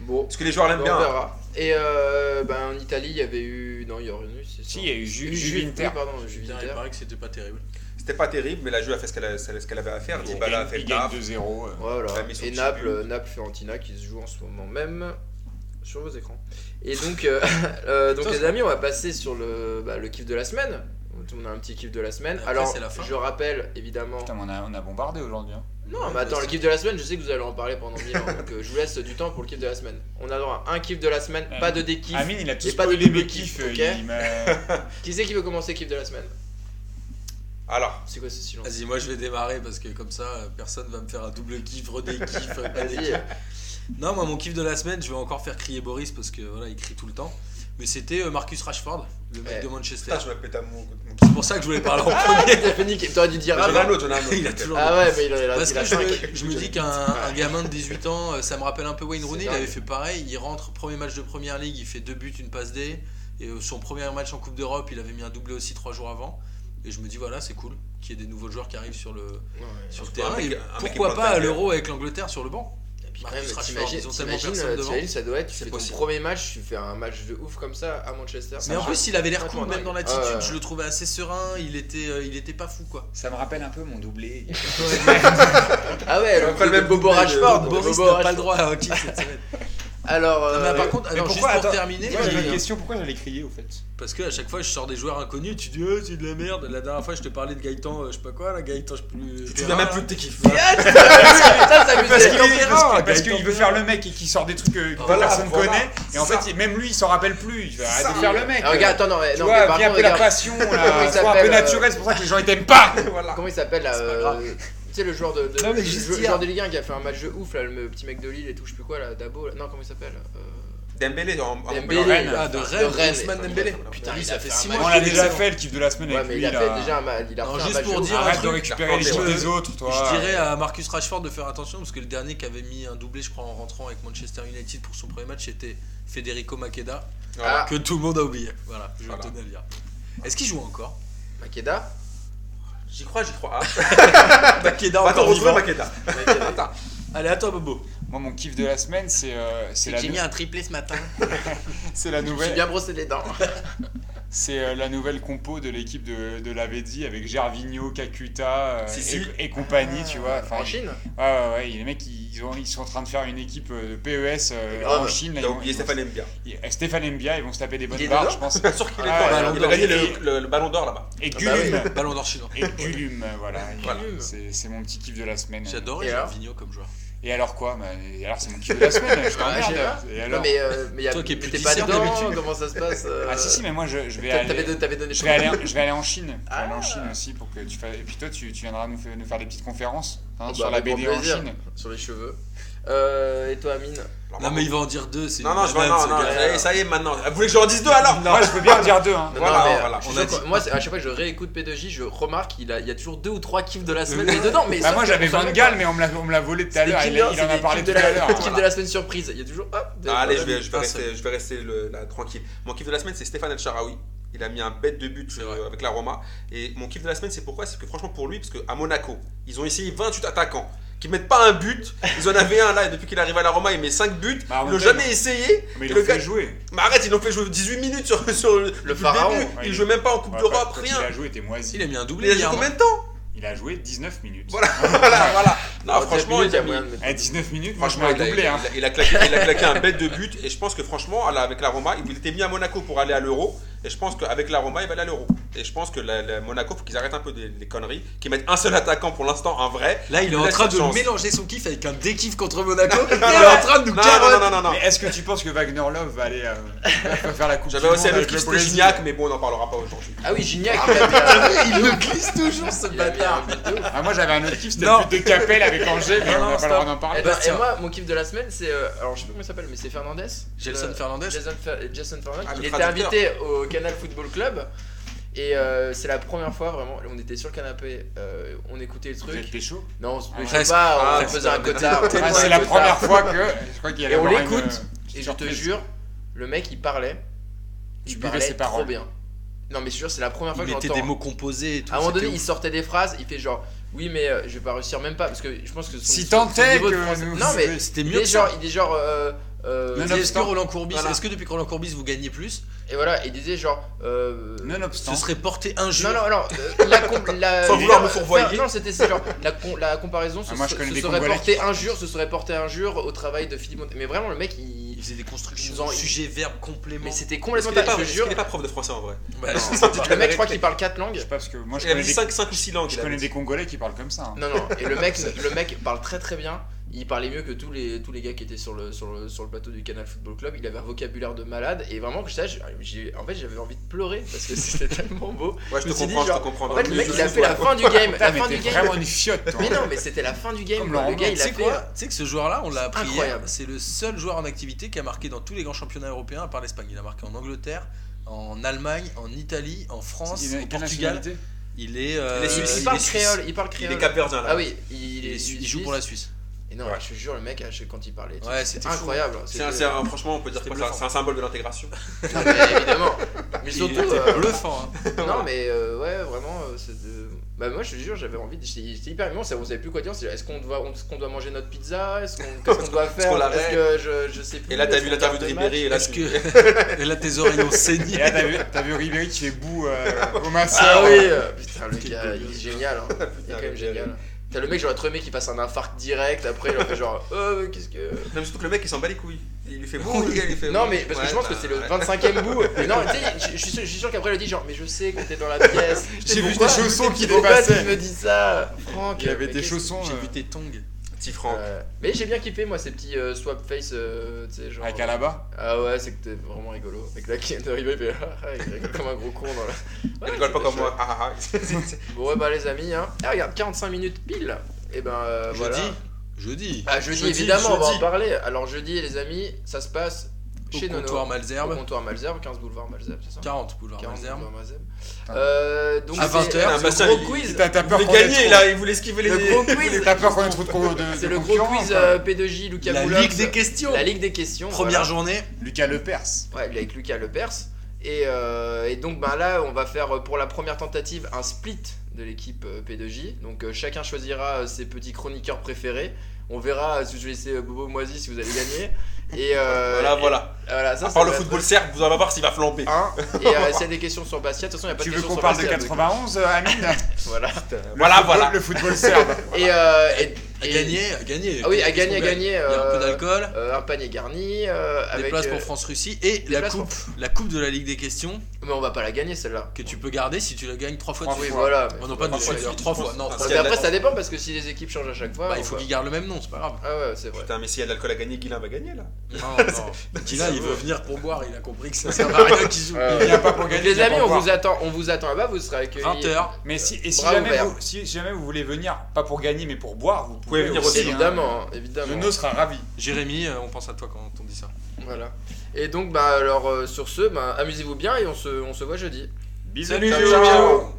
Bon.
Parce que les joueurs l'aiment
On
bien. hein.
verra. Et euh, ben, en Italie, il y avait eu. Non, il y aurait eu. c'est
euh, Si,
ça.
il y a eu
Juve-
Ju- Juve Inter.
oui, pardon, Juve
Putain,
Inter.
il paraît que c'était pas terrible.
C'était pas terrible, mais la Juve a fait ce qu'elle a- ce qu'elle avait à faire.
Bon, il
Dybala a
gagne-
fait le
il gagne
taf.
2-0. euh.
Voilà.
Ouais, mais ils sont
Et
petits,
Naples,
mais
euh, Naples Fiorentina qui se joue en ce moment même sur vos écrans. Et donc, euh, euh, donc
Putain,
les amis, on va passer sur le, bah, le kiff de la semaine. On a un petit kiff de la semaine.
Après,
Alors,
c'est la fin.
je rappelle évidemment.
Putain, mais on a, on a bombardé aujourd'hui. hein.
Non, mais attends, le kiff de la semaine, je sais que vous allez en parler pendant mille ans. donc, euh, je vous laisse du temps pour le kiff de la semaine. On a droit à un kiff de la semaine,
Ouais.
pas de dékiff.
Amine, il a tous
Et pas de
spoilé mes
double
kiffs.
kiff,
euh,
ok
il m'a-
Qui c'est qui veut commencer kiff de la semaine
Alors,
C'est quoi ce silence
Vas-y, moi je vais démarrer parce que comme ça, euh, personne va me faire un double kiff, redé kiff, pas des
Vas-y.
kiffs. Non, moi mon kiff de la semaine, je vais encore faire crier Boris parce que voilà, il crie tout le temps. Mais c'était euh, Marcus Rashford, le mec
Ouais.
de Manchester.
putain, je me pète à mon. mon-
C'est pour ça que je voulais parler en premier.
T'as fini, kiff, t'aurais dû dire
J'en ai un
avant.
autre, j'en ai un autre.
Il a toujours.
Ah ouais, mais il a, il a,
Parce
il a
que je,
cinq.
me- je me dis qu'un un gamin de 18 ans, euh, ça me rappelle un peu Wayne
C'est
Rooney, il
dingue.
avait fait pareil, il rentre, premier match de première ligue, il fait deux buts, une passe D, et euh, son premier match en Coupe d'Europe, il avait mis un doublé aussi trois jours avant, et je me dis voilà, c'est cool qu'il y ait des nouveaux joueurs qui arrivent sur le,
Ouais.
sur le
Un
terrain,
mec-
et
un mec qui
pourquoi
plante
pas
la
à
gueule.
l'Euro avec l'Angleterre sur le banc
puis quand
Marcus
même,
Rashford,
t'imagines,
ils ont tellement
t'imagines,
personne
t'imagines,
devant.
ça doit être, tu
C'est
fais
possible.
ton premier match, tu fais un match de ouf comme ça à Manchester. ça
Mais en
marche.
plus, il avait l'air cool,
complètement
même dans
dingue.
l'attitude,
Ouais.
je le trouvais assez serein, il était, euh, il était pas fou quoi.
Ça me rappelle un peu mon doublé.
Ah ouais,
On
le
fait
coup
le
de
même
Bobo
doublé de-
Rashford.
de
Boris
Bobo
n'a pas
Rashford.
le droit à un kick cette semaine.
Alors,
Non, mais
euh,
par contre, alors, juste pour terminer,
Moi,
j'ai
j'ai une
une-
question, pourquoi j'allais crier au fait
Parce que à chaque fois, je sors des joueurs inconnus, tu dis, oh, c'est de la merde. La dernière fois, je te parlais de Gaëtan, euh, je sais pas quoi, là, Gaëtan, je sais plus.
Tu viens même plus de tes kiffs.
ça, ça me
Parce
fait-
qu'il
Gaëtan
est-
Ferrand,
parce que- parce
Gaëtan
qu'il veut
Ferrand.
faire le mec et qu'il sort des trucs euh, que
Voilà,
personne
voilà,
connaît.
c'est
Et en
ça.
fait, il- même lui, il s'en rappelle plus. Il va arrêter de faire le mec.
Ah, regarde, attends, non, mais-
Tu
non,
vois,
mais par
viens un
contre,
peu la
regarde,
passion,
Comment
là,
il
sois un
s'appelle,
peu
euh,
naturel, c'est pour ça que les gens ils t'aiment pas.
Voilà.
Comment il s'appelle là
C'est pas
euh,
grave.
Tu sais, le joueur de, de-
Non, mais
le
juste
jou-
hier.
joueur de Ligue 1 qui a fait un match de ouf, là, le petit mec de Lille et tout, je sais plus quoi, là, Dabo. là. Non, comment il s'appelle Euh,
Dembélé en en-
Dembélé.
en-
Rennes.
Ah, de Rennes,
De Rennes,
Ousmane
et-
Dembélé.
Putain,
Putain,
il
lui, ça
a
fait
fait un
6
match
mois
de
On
qu'il
l'a
est
déjà
excellent.
fait le kiff de la semaine
Ouais,
avec
mais
lui.
il a
là.
fait déjà un match. Il a
Non,
fait un
juste
match
pour
de
dire
ouf. Ah
un
Arrête de
truc,
récupérer
là,
les
je
chiffres
dirais-
des autres, toi.
Je dirais à Marcus Rashford de faire attention parce que le dernier qui avait mis un doublé, je crois, en rentrant avec Manchester United pour son premier match, c'était Federico Maqueda,
Voilà.
Ah.
que tout le monde a oublié. Voilà, je
Voilà.
tenais à le dire. Est-ce qu'il joue encore
Makeda
J'y crois, j'y crois. hein.
Maqueda
Ah, Attends,
encore
retrouve
vivant.
Makeda. Attends.
Allez, à toi, Bobo.
Moi, mon kiff de la semaine, c'est euh, c'est la,
J'ai
nou-
mis un triplé ce matin.
c'est la
Je me suis
nouvelle.
bien brossé les dents.
C'est euh, la nouvelle compo de l'équipe de, de Lavedi avec Gervinho, Kakuta euh,
Si, si.
Et, et compagnie, tu vois. Enfin,
En Chine
ouais, ouais, ouais, les mecs, ils, ont, ils sont en train de faire une équipe euh, de PES euh,
C'est grave.
en Chine. là,
T'as
ils vont-
oublié
ils vont-
Stéphane Mbia.
ils- Stéphane Mbia, ils vont se taper des bonnes
est
barres,
dedans
je pense.
Bien sûr qu'il est dedans.
Ah, Ballon
Il a
d'Or.
gagné le- le le ballon d'or là-bas.
Et
bah oui.
Gulum.
Ballon d'or chinois.
Et Gulum, euh, voilà.
Voilà.
C'est c'est mon petit kiff de la semaine.
J'adorais
Et alors
Gervinho comme joueur.
Et alors quoi bah, et Alors c'est mon kiff de la semaine, je
Ah, je sais
t'emmerde.
pas.
Et
Non,
alors
mais, euh, mais y a-
Toi qui es
mais
plus
t'es pas
discerne
dedans,
d'habitude.
comment ça se passe euh,
Ah si si, mais moi je, je vais
t'a- T'avais
aller...
don- t'avais donné
Je
chaud.
vais, aller, en- je vais aller en Chine. Je vais aller en
Ah.
Chine aussi pour que tu fasses. Et puis toi, tu, tu viendras nous, fa- nous faire des petites conférences hein,
Bah,
sur la
avec grand
BD en
plaisir.
Chine.
Sur les cheveux. Euh, et toi, Amine
Alors,
Non, mais il va en dire deux. c'est
Non,
une
non, je vais.
banane,
Non,
ce
non,
gars.
ça y est, ça y est maintenant. Vous voulez que j'en dise deux alors
Moi, je peux bien dire deux. Hein.
Non,
Voilà,
non, mais,
voilà,
je
on
suis
a
sûr que-
dit.
Moi, c'est- à chaque fois que je réécoute P2J, je remarque qu'il a- il y a toujours deux ou trois kiffs de la semaine mais dedans. Mais
Bah,
sauf
moi,
que
j'avais
je savais
Van
pas.
Gaal, mais on me l'a- on me l'a volé tout à
C'est
l'heure.
des
Il,
kiffs-
il
c'est
en a
des
parlé
kiffs
tout
de
à
la-
l'heure.
kiff de la semaine surprise. Il y a toujours. hop, des-
Ah, allez, je
des-
vais, je vais
Ah,
rester, je vais rester le- là, tranquille. Mon kiff de la semaine, c'est Stéphane El Sharaoui. Il a mis un bête de but
C'est
euh,
vrai.
avec la Roma. Et mon kiff de la semaine, c'est pourquoi C'est que franchement, pour lui, parce qu'à Monaco, ils ont essayé 28 attaquants qui mettent pas un but. Ils en avaient un là, et depuis qu'il arrive à la Roma, il met 5 buts.
Bah,
ils
on
l'ont
t'aime.
jamais essayé.
Mais
Et
il
le
a fait
gars-
jouer.
Mais arrête, ils l'ont fait jouer 18 minutes sur, sur le, depuis
pharaon.
début.
Ouais,
il
il-
joue même pas en Coupe
Ouais,
d'Europe,
quand- quand
rien.
Il a joué, t'es moisi.
Il a mis un
Il a
doublé
joué
hier.
combien de temps
Il a joué 19 minutes.
Voilà, voilà, voilà. Non,
Dans
franchement,
dix minutes,
il a
moyen
mis.
de mettre-
À 19 minutes,
Franchement,
franchement, il a doublé. hein.
il a- il a claqué, il a claqué un bête de but. Et je pense que franchement, à la- avec la Roma, il était mis à Monaco pour aller à l'Euro. Et je pense qu'avec la Roma, il va aller à l'Euro. Et je pense que la, la Monaco, faut qu'ils arrêtent un peu des, les conneries, qu'ils mettent un seul attaquant pour l'instant, un vrai.
Là, il est
Là,
en train
c'est
de
chance.
mélanger son kiff avec un dékiff contre Monaco. Il est en train de nous
Non, non,
carotte.
non, non, non.
Mais est-ce que tu penses que Wagner Love va aller euh, va faire la coupe du
J'avais aussi
Monde
un autre
avec
qui
le
c'était
Brésil
Gignac, mais bon, on n'en parlera pas aujourd'hui.
Ah oui, Gignac, il a mis un-
Il le glisse toujours, ce
il a mis un
bâtard.
but de ouf.
Ah, moi, j'avais un autre kiff, c'était
Non.
le but de Capel avec Angers, mais
Non,
on
non,
n'a pas
stop.
le droit d'en parler.
Eh ben, Et
Tiens.
moi, mon kiff de la semaine, c'est. euh, Alors, je sais pas comment il s'appelle, mais c'est Fernandez
Gelson
Le-
Fernandez.
Jason, Fer- Jason Fernandez.
Ah, le
il était
traducteur.
invité au Canal Football Club. Et euh, c'est la première fois vraiment, on était sur le canapé, euh, on écoutait le
Vous êtes
truc.
pécho
Non, on se
Ah,
bougeait
presque.
pas, on
Ah,
faisait un
putain,
cotard. on
Ah,
faisait
c'est
un
la
cotard.
première fois que je crois qu'il y a
Et on l'écoute, Et je te jure, le mec il parlait.
Tu
Il
buvais
parlait
ses
trop
paroles.
bien. Non, mais je te jure, c'est la première fois
Il
que
mettait
j'entends.
des mots composés et tout.
À un moment donné,
c'était
il sortait des phrases, il fait genre, oui, mais euh, je vais pas réussir même pas, parce que je pense que son-
Si
son-
tant
son
est
niveau de
que
français-
nous-
Non, mais
ouf. C'était
il
mieux
est
que ça.
genre, il est genre, euh, euh,
Non,
il
non,
disait-
Est-ce que Roland Courbis,
Voilà.
est-ce que depuis que Roland Courbis vous gagnez plus,
et voilà, il disait genre, euh,
Nonobstant,
ce serait porté
non,
injure
non, non, euh, la com- la-
Sans vouloir me
non,
fourvoyer.
Non, c'était c'est genre, la, com- la comparaison, ce,
Ah, moi, je
se-
connais
ce
des
serait
Congolais
porté injure, ce serait porté injure au travail de Philippe Mont- Mais vraiment, le mec, il.
Il faisait des constructions,
Ils ont-
sujet, verbe, complément.
Mais c'était
Est-ce
complètement
qu'il est,
taré,
pas-
je te
est-ce qu'il
jure.
est pas prof de français en vrai
Bah,
Le mec, je crois qu'il parle 4
je sais
langues.
pas parce que moi je
Il a
connais,
mis
des,
5, 5 ou 6 langues.
je
il a
connais
mis.
des Congolais qui parlent comme ça. hein.
Non, non, et le mec, le mec parle très très bien. Il parlait mieux que tous les, tous les gars qui étaient sur le, sur, le, sur le plateau du Canal Football Club. Il avait un vocabulaire de malade. Et vraiment, que je sache, j'ai- en fait, j'avais envie de pleurer parce que c'était tellement beau.
Ouais, je
Je me
te
suis dit,
comprends, je te
genre,
comprends.
En fait, le mec, il a fait
Ouais.
la fin du game.
Putain,
La
mais
fin
t'es
du game.
vraiment une fiotte toi.
Mais non, mais c'était la fin du game.
Comme
quoi. Le
Laurent
gars,
Tu
il a
sais
fait. euh, hein.
quoi Tu sais que ce joueur-là, on l'a appris hier,
Incroyable.
c'est le seul joueur en activité qui a marqué dans tous les grands championnats européens, à part l'Espagne. Il a marqué en Angleterre, en Allemagne, en Italie, en France,
Il a-
au
quelle
Portugal.
nationalité
Il est. euh,
Il est
Il,
suisse,
il
il
parle
est suisse.
créole. Il parle
Il
créole.
est capverdien là.
Ah oui, il,
Il est su- il joue pour la Suisse.
Et non,
Ouais.
je te jure, le mec, à chaque- quand il parlait, c'était
Ouais, c'était fou.
incroyable.
C'est un-
C'était-
c'est un- franchement, on peut dire
C'était
que c'est un-
bluffant.
c'est un symbole de l'intégration.
Non, mais évidemment. Mais
Il
surtout,
était
euh,
bluffant. hein.
non, mais euh, ouais, vraiment, euh, c'est de- Bah, moi, je te jure, j'avais envie. de- J'étais j'étais hyper ému, on savait on savait plus quoi dire. C'est- Est-ce qu'on doit, on- est-ce qu'on doit manger notre pizza Est-ce qu'on qu'est-ce qu'on doit faire
qu'on l'arrête
Est-ce que je, je sais plus.
Et là, t'as
Est-ce
vu
qu'on
l'interview de
garde le
Ribéry. Et là,
Est-ce
tu-
que. Et là, tes oreilles ont
Et
saigné.
là, t'as vu, t'as vu Ribéry qui fait boue euh, au
match
masseur.
Ah oui euh, Putain, le
Quel
gars, il est
gosse.
génial. hein. Il est
Putain,
quand
le
même
gars,
génial. T'as le mec, j'aurais trop aimé qu'il fasse un infarct direct. Après, il aurait fait genre, euh, qu'est-ce que.
Non, mais surtout que le mec il s'en bat les couilles. Il lui fait bon, le gars, il lui fait
Non,
bon.
mais parce que
Ouais,
je pense
bah,
que c'est le
ouais.
25ème bout. Mais non, tu sais, je- je suis sûr- je suis sûr qu'après, il a dit genre, mais je sais que t'es dans la pièce.
J'ai vu
Pourquoi-
tes chaussons qui
Pourquoi tu
dépassaient.
me dis ça Franck
Il avait
mais
des
qu'est-ce-
chaussons
J'ai
euh,
vu tes tongs.
Petit Franck.
Ouais. Mais j'ai bien kiffé, moi, ces petits euh, swap face. euh, tu sais, genre.
avec Alaba.
Ah ouais, c'est que t'es vraiment rigolo. Avec la qui est arrivée, il fait ah, ah, il rigole comme un gros con dans la.
Il
Ouais,
rigole pas
c'était chouette.
comme moi. Ah, ah, ah.
Bon, ouais, bah les amis, hein. Ah, regarde, 45 minutes pile. Et ben euh,
Jeudi.
voilà.
Jeudi.
Ah, jeudi,
Jeudi,
évidemment, on va en
jeudi.
parler. Alors, jeudi, les amis, ça se passe chez
Au
Nono.
comptoir
au
Malzerbe.
comptoir Malzerbe, 15 boulevard Malzerbe, c'est ça
40 boulevard
40
Malzerbe.
boulevard Malzerbe.
Putain.
Euh, donc,
À
c'est-
20 heures,
c'est
Ah, bah, ça,
le
il-
gros quiz.
T'as t'as
Il
peur
voulait
qu'on ait
gagner
trop-
là, il voulait esquiver les.
Le gros quiz.
T'as peur qu'on ait trop de- de.
C'est
de
le gros
concurrents,
quiz
quoi.
euh, P2J, Lucas
La
Moulox.
Ligue des questions.
La Ligue des questions.
Première
voilà.
journée.
Lucas Lepers.
Ouais, avec Lucas Lepers. Et, euh, et donc ben là, on va faire euh, pour la première tentative un split de l'équipe euh, P2J. Donc euh, chacun choisira euh, ses petits chroniqueurs préférés. On verra euh, si je vais laisser euh, Bobo Moisy si vous allez gagner. Et euh,
Voilà,
et-
voilà.
voilà, ça,
À
ça
part le
va
football serbe, vous allez voir s'il va flamber.
être un. Et euh, s'il y a des questions sur Bastia, de toute façon, il n'y a pas
Tu
de
veux
questions sur
qu'on parle de
Bastia,
91, euh, Amine
donc, Voilà.
Le
Voilà,
football-
voilà.
Le football serbe.
Et, euh, et-
À
et-
gagner, à gagner.
Ah oui, à
Qu'est-ce
gagner, à
qu'on gagne
gagner.
Il y a un
euh,
peu d'alcool,
euh, un panier garni. euh,
des
avec,
places pour
euh,
France-Russie et
des
la
places pour
coupe, la coupe de la Ligue des questions
Mais on va pas la gagner celle-là.
que tu peux garder si tu la gagnes trois fois de
Trois
Oui,
suite.
fois.
voilà.
Oh non, pas de
Trois fois de
suite,
suite,
trois
je
fois.
pense.
Non,
Parce
trois-
qu'il y
Mais
a de
après,
la-
ça dépend parce que si les équipes changent à chaque fois.
Bah, il
on
faut
va-
qu'ils gardent le même nom, c'est pas grave.
Ah ouais, c'est vrai.
Putain, mais s'il y a de l'alcool à gagner, Guilin va gagner là.
Non, non. Dylan, il veut venir pour boire, il a compris que ça sert à rien qu'il joue.
Euh,
Il vient pas pour
Donc,
gagner. il
les
vient
amis,
pour
on
voir.
vous attend, on vous attend là-bas, vous serez accueillis.
20h,
Mais si, et si
Bras
jamais,
ouverts.
vous, si jamais vous voulez venir, pas pour gagner, mais pour boire, vous
pouvez
pouvez
venir aussi,
aussi. hein.
Évidemment, évidemment.
Nono sera ravi.
Jérémy, euh, on pense à toi quand on dit ça.
Voilà. Et donc, bah alors, euh, sur ce, bah, amusez-vous bien et on se, on se voit jeudi.
Bisous.
Salut,
ciao,
Jojo.
ciao.